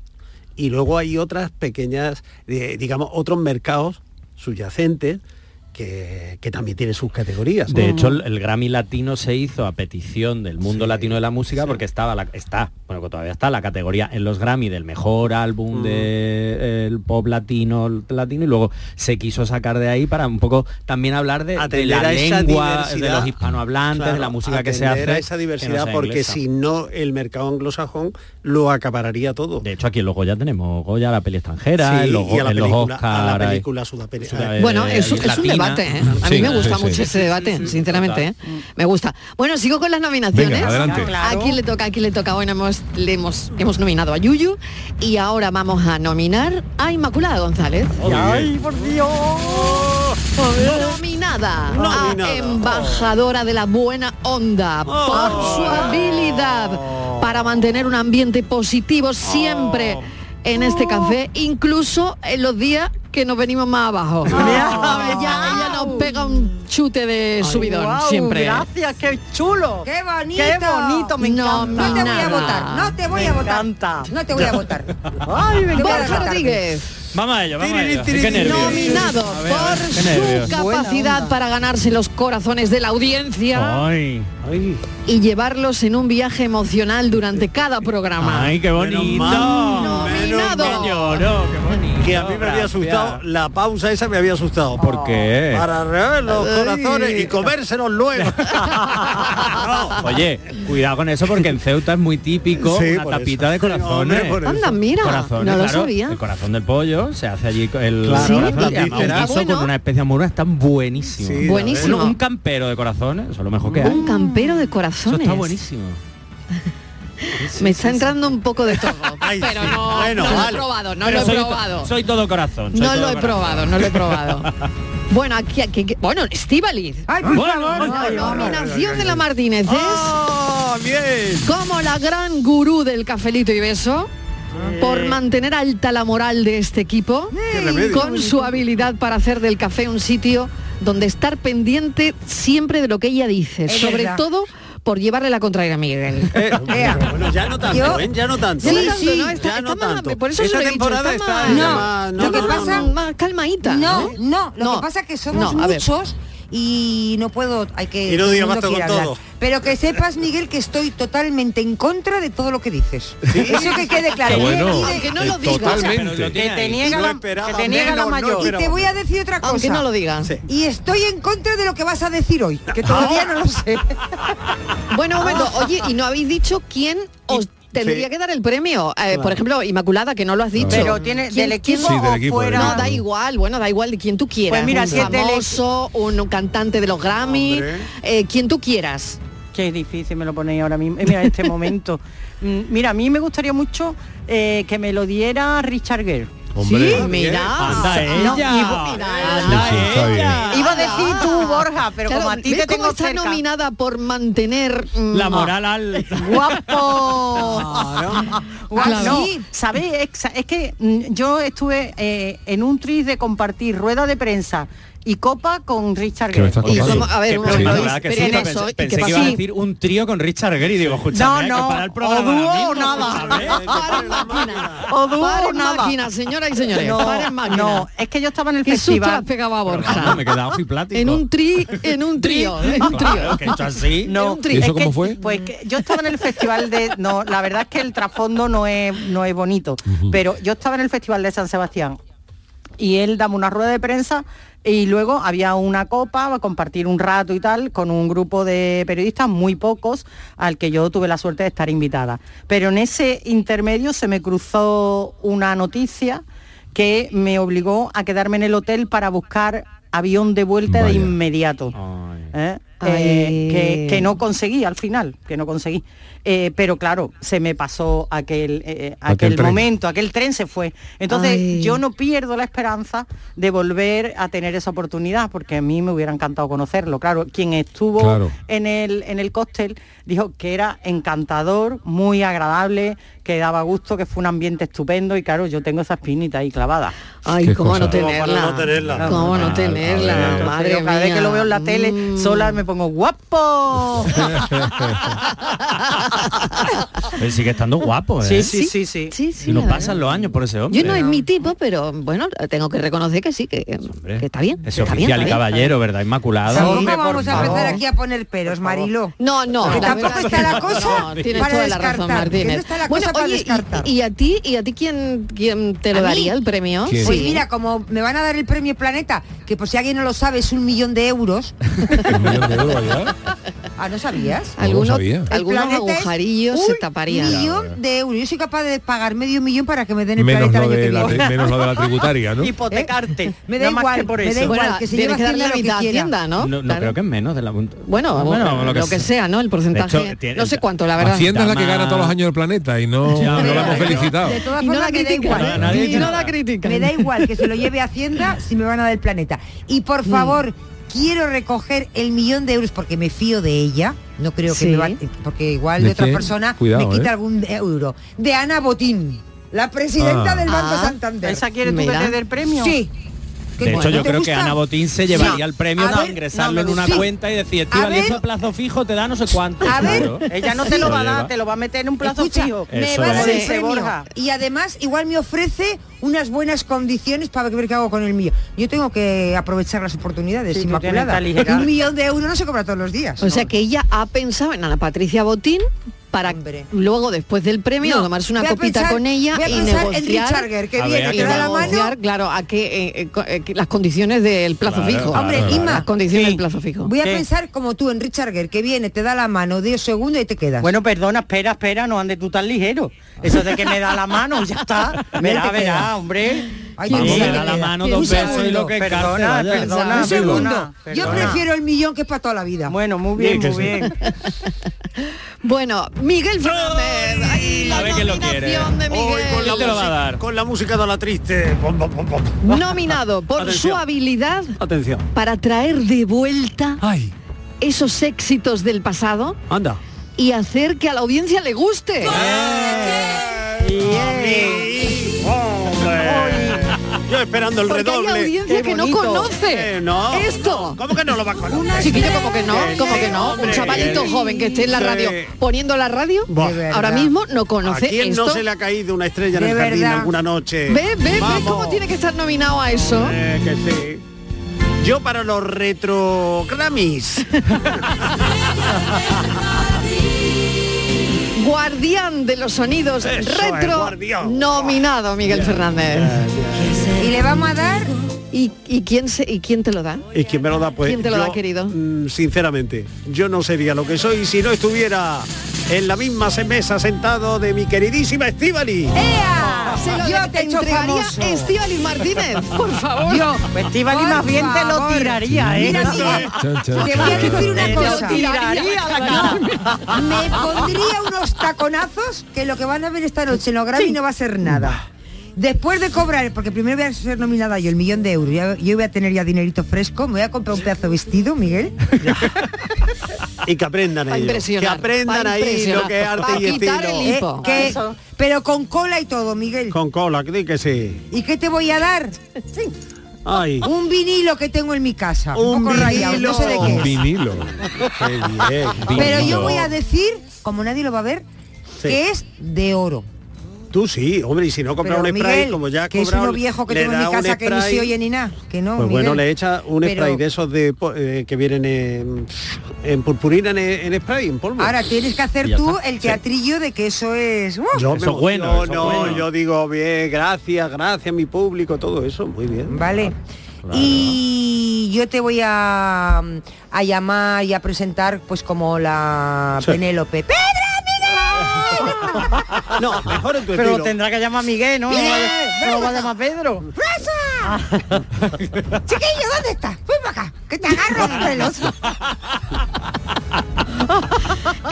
Speaker 5: y luego hay otras pequeñas, eh, digamos, otros mercados subyacentes que, que también tienen sus categorías.
Speaker 6: De hecho, el, el Grammy Latino se hizo a petición del mundo
Speaker 5: Sí,
Speaker 6: latino de la música
Speaker 5: sí.
Speaker 6: porque estaba, la, está, bueno, que todavía está la categoría en los Grammy del mejor álbum del pop latino, el latino y luego se quiso sacar de ahí para un poco también hablar de, de
Speaker 5: Atender
Speaker 6: la
Speaker 5: a esa
Speaker 6: lengua, de
Speaker 5: diversidad.
Speaker 6: los hispanohablantes, de la
Speaker 5: Claro,
Speaker 6: música que se hace.
Speaker 5: atender a esa
Speaker 6: que no
Speaker 5: diversidad
Speaker 6: sea
Speaker 5: porque
Speaker 6: inglesa.
Speaker 5: si no el mercado anglosajón lo acapararía todo.
Speaker 6: De hecho, aquí en los Goya tenemos Goya, la peli extranjera,
Speaker 5: Sí,
Speaker 6: en los,
Speaker 5: y a la
Speaker 6: en los
Speaker 5: película, a la
Speaker 6: Oscar, hay-
Speaker 5: película sudape-
Speaker 6: Sudape-
Speaker 3: Bueno,
Speaker 6: eh,
Speaker 3: es, un- es un
Speaker 6: latina.
Speaker 3: debate, ¿eh? A mí
Speaker 8: Sí,
Speaker 3: me gusta
Speaker 8: sí,
Speaker 3: mucho
Speaker 8: sí.
Speaker 3: ese debate, sinceramente, ¿eh?
Speaker 6: total.
Speaker 3: Me gusta. Bueno, sigo con las nominaciones.
Speaker 8: Venga, adelante.
Speaker 10: Claro.
Speaker 3: Aquí le toca, aquí le toca. Bueno, hemos, le hemos, hemos nominado a Yuyu y ahora vamos a nominar a Inmaculada González.
Speaker 10: ¡Ay, por Dios!
Speaker 3: Nominada, Ah. a
Speaker 5: Nominada.
Speaker 3: embajadora de la buena onda
Speaker 10: Ah.
Speaker 3: por su habilidad para mantener un ambiente positivo siempre
Speaker 10: Ah.
Speaker 3: en este café, incluso en los días que nos venimos más abajo.
Speaker 10: Ah.
Speaker 3: Ella, ella nos pega un chute de subidón
Speaker 10: Guau,
Speaker 3: siempre.
Speaker 10: Gracias, qué chulo.
Speaker 7: ¡Qué bonito!
Speaker 10: Qué bonito, me
Speaker 3: No,
Speaker 10: encanta.
Speaker 7: No te voy a
Speaker 3: Nada.
Speaker 7: votar, no te voy
Speaker 10: Me
Speaker 7: a votar.
Speaker 10: encanta.
Speaker 7: No te voy a votar.
Speaker 10: Ay, me
Speaker 7: Te voy a
Speaker 3: Borja
Speaker 7: votar.
Speaker 3: Rodríguez,
Speaker 6: Vamos a ello, vamos a ello. Qué nervios.
Speaker 3: nominado
Speaker 6: A ver, a ver,
Speaker 3: por
Speaker 6: qué nervios.
Speaker 3: su capacidad para ganarse los corazones de la audiencia
Speaker 6: Ay, ay,
Speaker 3: y llevarlos en un viaje emocional durante cada programa.
Speaker 6: ay, qué bonito.
Speaker 5: mal.
Speaker 6: Menos mal,
Speaker 3: Nominado.
Speaker 6: lloró, qué bonito.
Speaker 5: Que a mí me había
Speaker 6: Gracias.
Speaker 5: asustado, la pausa esa me había asustado.
Speaker 6: ¿Por qué?
Speaker 5: Para rever los
Speaker 3: Ay.
Speaker 5: corazones y comérselos
Speaker 3: (laughs)
Speaker 5: luego. No.
Speaker 6: Oye, cuidado con eso porque en Ceuta es muy típico
Speaker 5: Sí,
Speaker 6: una
Speaker 5: por
Speaker 6: tapita
Speaker 5: eso.
Speaker 6: de corazones.
Speaker 5: Hombre, por eso.
Speaker 3: Anda, mira,
Speaker 6: Corazones,
Speaker 3: no lo
Speaker 6: claro,
Speaker 3: sabía. pues,
Speaker 6: El corazón del pollo se hace allí con el
Speaker 5: Claro,
Speaker 6: corazón,
Speaker 5: las
Speaker 6: además un guiso
Speaker 5: vísceras.
Speaker 3: Está bueno.
Speaker 6: con una especie amorosa está buenísimo.
Speaker 5: Sí,
Speaker 3: Buenísimo.
Speaker 6: Un, un campero de corazones, eso es lo mejor que hay.
Speaker 3: Un campero de
Speaker 6: Eso
Speaker 3: corazones.
Speaker 6: está buenísimo.
Speaker 3: Me está entrando un poco de todo,
Speaker 5: Ay,
Speaker 3: pero
Speaker 5: sí.
Speaker 3: no,
Speaker 5: Bueno,
Speaker 3: no lo he
Speaker 5: vale.
Speaker 3: probado, no
Speaker 6: Pero
Speaker 3: lo he
Speaker 6: soy,
Speaker 3: probado.
Speaker 6: soy todo corazón. soy
Speaker 3: no
Speaker 6: todo
Speaker 3: lo he
Speaker 6: corazón.
Speaker 3: probado, no lo he
Speaker 6: (laughs)
Speaker 3: probado. Bueno, aquí, aquí, aquí- bueno, Estivaliz.
Speaker 7: Ay, por
Speaker 6: Bueno,
Speaker 7: favor.
Speaker 6: bueno,
Speaker 7: Ay, no, mira.
Speaker 3: Nominación de la Martínez es
Speaker 5: ¡Ah, bien!
Speaker 3: como la gran gurú del cafelito y beso.
Speaker 4: Eh.
Speaker 3: por mantener alta la moral de este equipo,
Speaker 5: Qué remedio.
Speaker 3: con su habilidad para hacer del café un sitio donde estar pendiente siempre de lo que ella dice,
Speaker 5: Es
Speaker 3: sobre
Speaker 5: verdad.
Speaker 3: todo por llevarle la contraria a Miguel.
Speaker 5: Bueno, ya no tanto,
Speaker 3: Yo-
Speaker 5: ¿eh? Ya no tanto.
Speaker 3: Sí,
Speaker 5: Ya no
Speaker 3: sí,
Speaker 5: tanto,
Speaker 3: está-
Speaker 5: ya no
Speaker 3: está más-
Speaker 5: tanto.
Speaker 3: por eso
Speaker 5: Esta
Speaker 3: se lo he dicho,
Speaker 5: temporada
Speaker 3: está
Speaker 5: está...
Speaker 3: más-
Speaker 5: ya
Speaker 3: No,
Speaker 5: más-
Speaker 3: lo que
Speaker 5: no,
Speaker 3: pasa-
Speaker 5: no.
Speaker 3: más calmadita.
Speaker 7: No, no, lo
Speaker 3: No.
Speaker 7: que pasa es que somos
Speaker 3: No, a ver.
Speaker 7: muchos y no puedo, hay que...
Speaker 3: Y no
Speaker 7: todo el
Speaker 3: diga
Speaker 7: mundo
Speaker 3: basta con
Speaker 7: quiere hablar.
Speaker 3: todo.
Speaker 7: Pero que sepas, Miguel, que estoy totalmente en contra de todo lo que dices. Eso que quede
Speaker 4: (laughs)
Speaker 7: claro.
Speaker 8: Qué bueno.
Speaker 7: Y de-
Speaker 8: Aunque no lo digas. Totalmente.
Speaker 7: Que te
Speaker 8: Ahí.
Speaker 7: niega
Speaker 8: No
Speaker 7: la-
Speaker 8: esperaba
Speaker 7: que te niega la
Speaker 8: menos, no
Speaker 7: mayor. Y te
Speaker 8: esperaba
Speaker 7: voy a decir otra cosa.
Speaker 3: Aunque no lo digas. Sí.
Speaker 7: Y estoy en contra de lo que vas a decir hoy, que todavía no lo sé.
Speaker 3: Bueno, un momento, oye, y no habéis dicho quién os tendría que dar el premio. Eh, Por ejemplo, Inmaculada, que no lo has dicho.
Speaker 10: Pero tiene-
Speaker 3: ¿Quién-
Speaker 10: del equipo
Speaker 3: quién-
Speaker 10: Sí, del o equipo, fuera- del
Speaker 3: No,
Speaker 10: equipo.
Speaker 3: da igual, bueno, da igual de quien tú quieras.
Speaker 10: Pues mira,
Speaker 3: un
Speaker 10: si es del-
Speaker 3: famoso, un cantante de los Grammy,
Speaker 10: Hombre.
Speaker 3: eh, quien tú quieras.
Speaker 10: Qué difícil me lo ponéis ahora mismo. Eh, Mira, este momento.
Speaker 3: (laughs)
Speaker 10: Mm, Mira, a mí me gustaría mucho eh, que me lo diera Richard Gere.
Speaker 3: Hombre. Sí, mira.
Speaker 10: Anda
Speaker 3: No,
Speaker 10: ella. Iba a decir tú, Borja, pero
Speaker 3: Ah. Claro,
Speaker 10: como a ti
Speaker 3: ¿ves
Speaker 10: te
Speaker 3: cómo
Speaker 10: tengo
Speaker 3: está
Speaker 10: cerca.
Speaker 3: nominada por mantener mm,
Speaker 10: La moral
Speaker 3: ah. (laughs)
Speaker 10: alta. ¡Guapo! Guau,
Speaker 3: Claro.
Speaker 10: no,
Speaker 3: Sí.
Speaker 10: ¿sabéis? Es, es que mm, yo estuve eh, en un tris de compartir rueda de prensa y copa con Richard
Speaker 6: ¿Qué me
Speaker 10: Gere.
Speaker 6: estás contando?
Speaker 3: cómo- a ver,
Speaker 6: Qué
Speaker 3: un
Speaker 6: problema,
Speaker 3: momento,
Speaker 6: ¿verdad que
Speaker 3: pero
Speaker 6: sí?
Speaker 3: en
Speaker 6: Pensé-
Speaker 3: eso, ¿y
Speaker 6: pensé
Speaker 3: qué
Speaker 6: que
Speaker 3: pasa?
Speaker 6: iba a decir un trío con Richard Gere y digo, escuchame,
Speaker 10: no,
Speaker 6: Pues hay que parar el programa
Speaker 10: o
Speaker 6: ahora
Speaker 10: dúo
Speaker 6: mismo,
Speaker 10: o nada.
Speaker 6: escúchame.
Speaker 10: O dúo o
Speaker 3: Paren
Speaker 10: nada.
Speaker 3: máquina, señoras y señores,
Speaker 10: No,
Speaker 3: paren máquina.
Speaker 10: no, es que yo estaba en
Speaker 6: (laughs)
Speaker 10: el
Speaker 3: Qué susto
Speaker 10: festival.
Speaker 3: le has pegado a Borja.
Speaker 6: Vamos, me queda ojo y plático.
Speaker 3: En un tri, en un trío, en un
Speaker 6: (laughs)
Speaker 3: trío.
Speaker 6: Claro, que he hecho así.
Speaker 10: No,
Speaker 6: ¿Y
Speaker 10: es
Speaker 6: eso
Speaker 10: que-
Speaker 6: cómo fue?
Speaker 10: Pues que yo estaba en el festival de. No, la verdad es que el trasfondo no es, no es bonito. Pero yo estaba en el festival de San Sebastián y él daba una rueda de prensa y luego había una copa, a compartir un rato y tal, con un grupo de periodistas, muy pocos, al que yo tuve la suerte de estar invitada. Pero en ese intermedio se me cruzó una noticia que me obligó a quedarme en el hotel para buscar avión de vuelta de inmediato. ¿eh? Eh, que, que no conseguí al final, que no conseguí. Eh, pero claro, se me pasó aquel, eh,
Speaker 11: Aquel
Speaker 10: aquel,
Speaker 11: tren.
Speaker 10: momento, aquel tren se fue. Entonces
Speaker 11: Ay.
Speaker 10: yo no pierdo la esperanza de volver a tener esa oportunidad, porque a mí me hubiera encantado conocerlo. Claro, quien estuvo
Speaker 11: Claro.
Speaker 10: en el en el cóctel dijo que era encantador, muy agradable, que daba gusto, que fue un ambiente estupendo y claro, yo tengo esa espinita ahí clavada.
Speaker 3: Ay, Qué cómo cosa. no tenerla. Cómo no tenerla. Cómo no
Speaker 10: Ah,
Speaker 3: tenerla,
Speaker 10: claro.
Speaker 3: madre
Speaker 10: Yo Cada vez que
Speaker 3: mía.
Speaker 10: lo veo en la tele sola me pongo
Speaker 6: (laughs)
Speaker 10: guapo.
Speaker 6: Él sigue estando guapo, ¿eh?
Speaker 10: Sí, sí, sí, sí.
Speaker 6: Y no
Speaker 3: la
Speaker 6: pasan los años por ese hombre.
Speaker 3: Yo no es mi tipo, pero bueno, tengo que reconocer que sí, que, que está bien.
Speaker 6: Ese
Speaker 3: está
Speaker 6: oficial
Speaker 3: bien,
Speaker 6: y
Speaker 3: está bien.
Speaker 6: caballero, ¿verdad? Inmaculada.
Speaker 7: ¿Cómo vamos a empezar aquí a poner peros, Marilo?
Speaker 3: No, no,
Speaker 7: Que
Speaker 3: la
Speaker 7: tampoco
Speaker 3: verdad es
Speaker 7: está
Speaker 3: que
Speaker 7: la
Speaker 3: no,
Speaker 7: cosa
Speaker 3: no, tienes
Speaker 7: para
Speaker 3: toda la
Speaker 7: descartar.
Speaker 3: razón,
Speaker 7: que
Speaker 3: Martínez.
Speaker 7: no está la
Speaker 3: bueno,
Speaker 7: cosa para
Speaker 3: oye, y-
Speaker 7: descartar.
Speaker 3: y, a ti, y a ti quién, quién te lo
Speaker 7: ¿A mí?
Speaker 3: daría el premio?
Speaker 7: Pues mira, como me van a dar el premio Planeta, que por si alguien no lo sabe es un millón de
Speaker 8: (laughs)
Speaker 7: euros. Ah, ¿no sabías?
Speaker 3: No lo Algunos- sabía.
Speaker 7: El
Speaker 3: algunos
Speaker 7: planeta es
Speaker 3: agujarillos
Speaker 7: un
Speaker 3: se taparían.
Speaker 7: millón de euros. Yo soy capaz de pagar medio millón para que me den el
Speaker 8: Menos
Speaker 7: planeta
Speaker 8: lo, de
Speaker 7: el
Speaker 8: la,
Speaker 7: año que
Speaker 8: tri-
Speaker 7: viene.
Speaker 8: menos lo de la tributaria,
Speaker 10: (laughs)
Speaker 8: ¿no?
Speaker 10: Hipotecarte.
Speaker 7: (laughs) Me da
Speaker 10: Nada más
Speaker 7: igual,
Speaker 10: que por
Speaker 7: me da
Speaker 10: eso.
Speaker 7: igual,
Speaker 10: Bueno,
Speaker 7: que se lleve
Speaker 10: tienes que darle
Speaker 7: Hacienda lo
Speaker 10: mitad a
Speaker 7: que quiera.
Speaker 3: Hacienda, ¿no?
Speaker 6: No, no, creo que es menos de la...
Speaker 3: Bueno, lo que sea, ¿no? El porcentaje, no sé cuánto, la verdad.
Speaker 8: Hacienda es la que gana todos los años el planeta y no,
Speaker 6: Ya,
Speaker 8: no la hemos
Speaker 6: pero-
Speaker 8: felicitado.
Speaker 7: De todas
Speaker 3: Y no
Speaker 7: formas,
Speaker 3: la
Speaker 7: me da
Speaker 3: critican,
Speaker 7: igual.
Speaker 3: ¿eh? No, nadie Y no critica. la critican.
Speaker 7: Me da igual que se lo lleve a Hacienda si me van a dar el planeta. Y por favor, quiero recoger el millón de euros porque me fío de ella. No creo que
Speaker 11: Sí.
Speaker 7: me va, porque igual
Speaker 11: ¿De
Speaker 7: de, otra
Speaker 11: quién?
Speaker 7: persona
Speaker 11: Cuidado,
Speaker 7: me quita
Speaker 11: ¿eh?
Speaker 7: algún euro. De Ana Botín, la presidenta
Speaker 6: Ah.
Speaker 7: del Banco
Speaker 10: Ah,
Speaker 7: Santander.
Speaker 10: ¿esa quiere tú que
Speaker 7: Mira.
Speaker 10: te dé el premio?
Speaker 7: Sí. ¿Qué-
Speaker 6: De hecho,
Speaker 7: bueno,
Speaker 6: yo
Speaker 7: te
Speaker 6: creo que
Speaker 7: gusta?
Speaker 6: Ana Botín se
Speaker 7: Sí.
Speaker 6: llevaría el premio
Speaker 7: A
Speaker 6: para
Speaker 7: ver,
Speaker 6: ingresarlo
Speaker 7: no,
Speaker 6: en una
Speaker 7: sí.
Speaker 6: cuenta y decir,
Speaker 7: A
Speaker 6: "Estíbaliz,
Speaker 7: ver.
Speaker 6: eso a plazo fijo te da no sé cuánto.
Speaker 7: A ver.
Speaker 6: Claro.
Speaker 10: Ella no te lo
Speaker 6: Sí.
Speaker 10: va a dar,
Speaker 6: lleva.
Speaker 10: te lo va a meter en un plazo
Speaker 7: Escucha,
Speaker 10: fijo.
Speaker 7: me
Speaker 6: Eso
Speaker 7: va a
Speaker 6: es.
Speaker 7: dar el
Speaker 6: Sí.
Speaker 7: premio.
Speaker 10: Borja.
Speaker 7: Y además igual me ofrece unas buenas condiciones para ver qué hago con el mío. Yo tengo que aprovechar las oportunidades,
Speaker 10: Sí, tú tienes
Speaker 7: Inmaculada.
Speaker 10: que aligerar.
Speaker 7: Un millón de euros no se cobra todos los días.
Speaker 3: O sea que ella ha pensado en Ana Patricia Botín para luego después del premio
Speaker 7: No,
Speaker 3: tomarse una
Speaker 7: voy a
Speaker 3: copita
Speaker 7: pensar-
Speaker 3: con ella
Speaker 7: voy a
Speaker 3: y
Speaker 7: pensar en
Speaker 3: negociar
Speaker 7: Richard Gere, que
Speaker 3: y
Speaker 7: A viene, ver, te da la mano.
Speaker 3: negociar, claro a que, eh, eh, co- eh, que las condiciones del plazo
Speaker 7: Claro,
Speaker 3: fijo
Speaker 7: claro, Hombre, claro. Inma,
Speaker 3: las condiciones del plazo fijo
Speaker 7: Voy a pensar como tú en Richard Gere, que viene, te da la mano, 10 segundos y te quedas.
Speaker 10: Bueno, perdona, espera, espera, no andes tú tan ligero. Eso de que me da la mano, ya
Speaker 6: (laughs)
Speaker 10: está. Verá,
Speaker 7: te
Speaker 10: verá,
Speaker 7: queda.
Speaker 10: hombre.
Speaker 7: (laughs) Ay,
Speaker 6: Vamos,
Speaker 7: sí,
Speaker 6: me da
Speaker 7: te
Speaker 6: la
Speaker 7: queda.
Speaker 6: mano
Speaker 7: Un
Speaker 6: dos besos y
Speaker 7: segundo.
Speaker 6: lo que
Speaker 10: Perdona,
Speaker 6: cárcel, vaya.
Speaker 10: perdona,
Speaker 7: Un segundo.
Speaker 10: perdona,
Speaker 7: Yo
Speaker 10: perdona.
Speaker 7: prefiero el millón que es para toda la vida.
Speaker 10: Bueno, muy bien, muy bien.
Speaker 3: bueno Miguel Fernández ay, la
Speaker 6: A ver quién lo quiere.
Speaker 3: nominación de Miguel
Speaker 6: ¿Quién te lo va a dar?
Speaker 5: Con la música de la triste. Pom, pom, pom, pom.
Speaker 3: nominado por
Speaker 5: Atención.
Speaker 3: su habilidad
Speaker 5: Atención.
Speaker 3: para traer de vuelta esos éxitos del pasado
Speaker 5: Anda.
Speaker 3: y hacer que a la audiencia le guste
Speaker 5: Yo esperando el
Speaker 3: Porque
Speaker 5: redoble.
Speaker 3: hay audiencia que no conoce
Speaker 5: Eh, no,
Speaker 3: esto.
Speaker 5: ¿Cómo que no lo va a conocer?
Speaker 3: Chiquillo, como que eh, no, como que no. Un
Speaker 5: hombre,
Speaker 3: chavalito
Speaker 5: sí.
Speaker 3: joven que esté en la
Speaker 5: Sí.
Speaker 3: radio poniendo la radio,
Speaker 5: Buah. De
Speaker 3: ahora
Speaker 5: verdad.
Speaker 3: mismo no conoce
Speaker 5: ¿A quién
Speaker 3: esto.
Speaker 5: no se le ha caído una estrella en
Speaker 3: De
Speaker 5: el jardín
Speaker 3: verdad.
Speaker 5: alguna noche?
Speaker 3: Ve, ve, ve
Speaker 5: Vamos.
Speaker 3: cómo tiene que estar nominado a eso.
Speaker 5: Eh, que sí. Yo para los retro Grammys.
Speaker 3: (laughs) Guardián de los sonidos
Speaker 5: Eso es,
Speaker 3: retro
Speaker 5: guardián.
Speaker 3: nominado Miguel Fernández.
Speaker 7: Y le vamos a dar
Speaker 3: ¿Y, y quién se y quién te lo da?
Speaker 5: ¿Y quién me lo da? Pues
Speaker 3: ¿Quién te lo
Speaker 5: yo,
Speaker 3: da, querido?
Speaker 5: mm, Sinceramente, yo no sería lo que soy si no estuviera en la misma se- mesa sentado de mi queridísima Estivali.
Speaker 3: Se lo
Speaker 7: Yo te he hecho
Speaker 3: entregaría
Speaker 7: famoso.
Speaker 3: Estíbaliz Martínez, por favor.
Speaker 10: Yo, Estivali
Speaker 7: Por
Speaker 10: más bien te lo
Speaker 7: favor.
Speaker 10: tiraría, ¿eh?
Speaker 7: Mira, Miguel,
Speaker 8: Chan, chan,
Speaker 7: te voy a
Speaker 8: chan.
Speaker 7: decir una
Speaker 10: Te lo
Speaker 7: cosa.
Speaker 10: tiraría a la cara.
Speaker 7: Me pondría unos taconazos que lo que van a ver esta noche en los Grammy no va a ser nada. Después de cobrar, porque primero voy a ser nominada yo el millón de euros, ya- yo voy a tener ya dinerito fresco, me voy a comprar un pedazo de vestido, Miguel.
Speaker 5: Y que aprendan
Speaker 3: Pa'
Speaker 5: ellos. Que
Speaker 3: impresionar,
Speaker 5: aprendan
Speaker 3: pa'
Speaker 5: ahí lo
Speaker 3: impresionar,
Speaker 5: que es arte
Speaker 3: pa'
Speaker 5: y
Speaker 3: quitar
Speaker 5: estilo.
Speaker 3: el
Speaker 7: Eh,
Speaker 3: Tipo.
Speaker 7: que-
Speaker 10: Eso.
Speaker 7: pero con cola y todo, Miguel.
Speaker 5: Con cola, que di que sí.
Speaker 7: ¿Y qué te voy a dar?
Speaker 5: Ay,
Speaker 7: Un vinilo que tengo en mi casa.
Speaker 5: Un
Speaker 7: Un poco rayado, no sé de qué.
Speaker 5: vinilo.
Speaker 8: Un vinilo.
Speaker 5: qué bien.
Speaker 7: Pero
Speaker 8: Vinilo.
Speaker 7: yo voy a decir, como nadie lo va a ver,
Speaker 5: Sí.
Speaker 7: que es de oro.
Speaker 5: Tú sí, hombre, y si no compras
Speaker 7: Pero,
Speaker 5: un spray,
Speaker 7: Miguel,
Speaker 5: como ya has
Speaker 7: que es
Speaker 5: cobrado,
Speaker 7: uno viejo que
Speaker 5: le
Speaker 7: tengo en
Speaker 5: da
Speaker 7: mi
Speaker 5: un
Speaker 7: casa que ni
Speaker 5: spray.
Speaker 7: se oye ni nada. Que no,
Speaker 5: Pues bueno,
Speaker 7: Miguel.
Speaker 5: le echa un
Speaker 7: Pero
Speaker 5: spray de esos de, po- eh, que vienen en, en purpurina en, en spray, en polvo.
Speaker 7: Ahora tienes que
Speaker 6: Y
Speaker 7: hacer
Speaker 6: ya
Speaker 7: tú
Speaker 6: está.
Speaker 7: el
Speaker 6: Sí.
Speaker 7: teatrillo de que eso es. ¡Uh!
Speaker 5: yo
Speaker 6: Eso
Speaker 5: me
Speaker 6: bueno,
Speaker 5: emociono,
Speaker 6: eso bueno.
Speaker 5: yo digo bien, gracias, gracias mi público, todo eso, muy bien.
Speaker 7: Vale.
Speaker 6: Claro.
Speaker 7: Y yo te voy a, a llamar y a presentar pues como la
Speaker 5: Sí.
Speaker 7: Penélope. ¡Pedro Miguel!
Speaker 5: No, mejor en tu
Speaker 10: Pero
Speaker 5: estilo.
Speaker 10: tendrá que llamar Miguel, ¿no? No lo va- no lo va a llamar Pedro.
Speaker 7: ¡Fresa! Chiquillo, ¿dónde estás? Fui para acá, que te agarro los
Speaker 6: (laughs)
Speaker 7: pelos.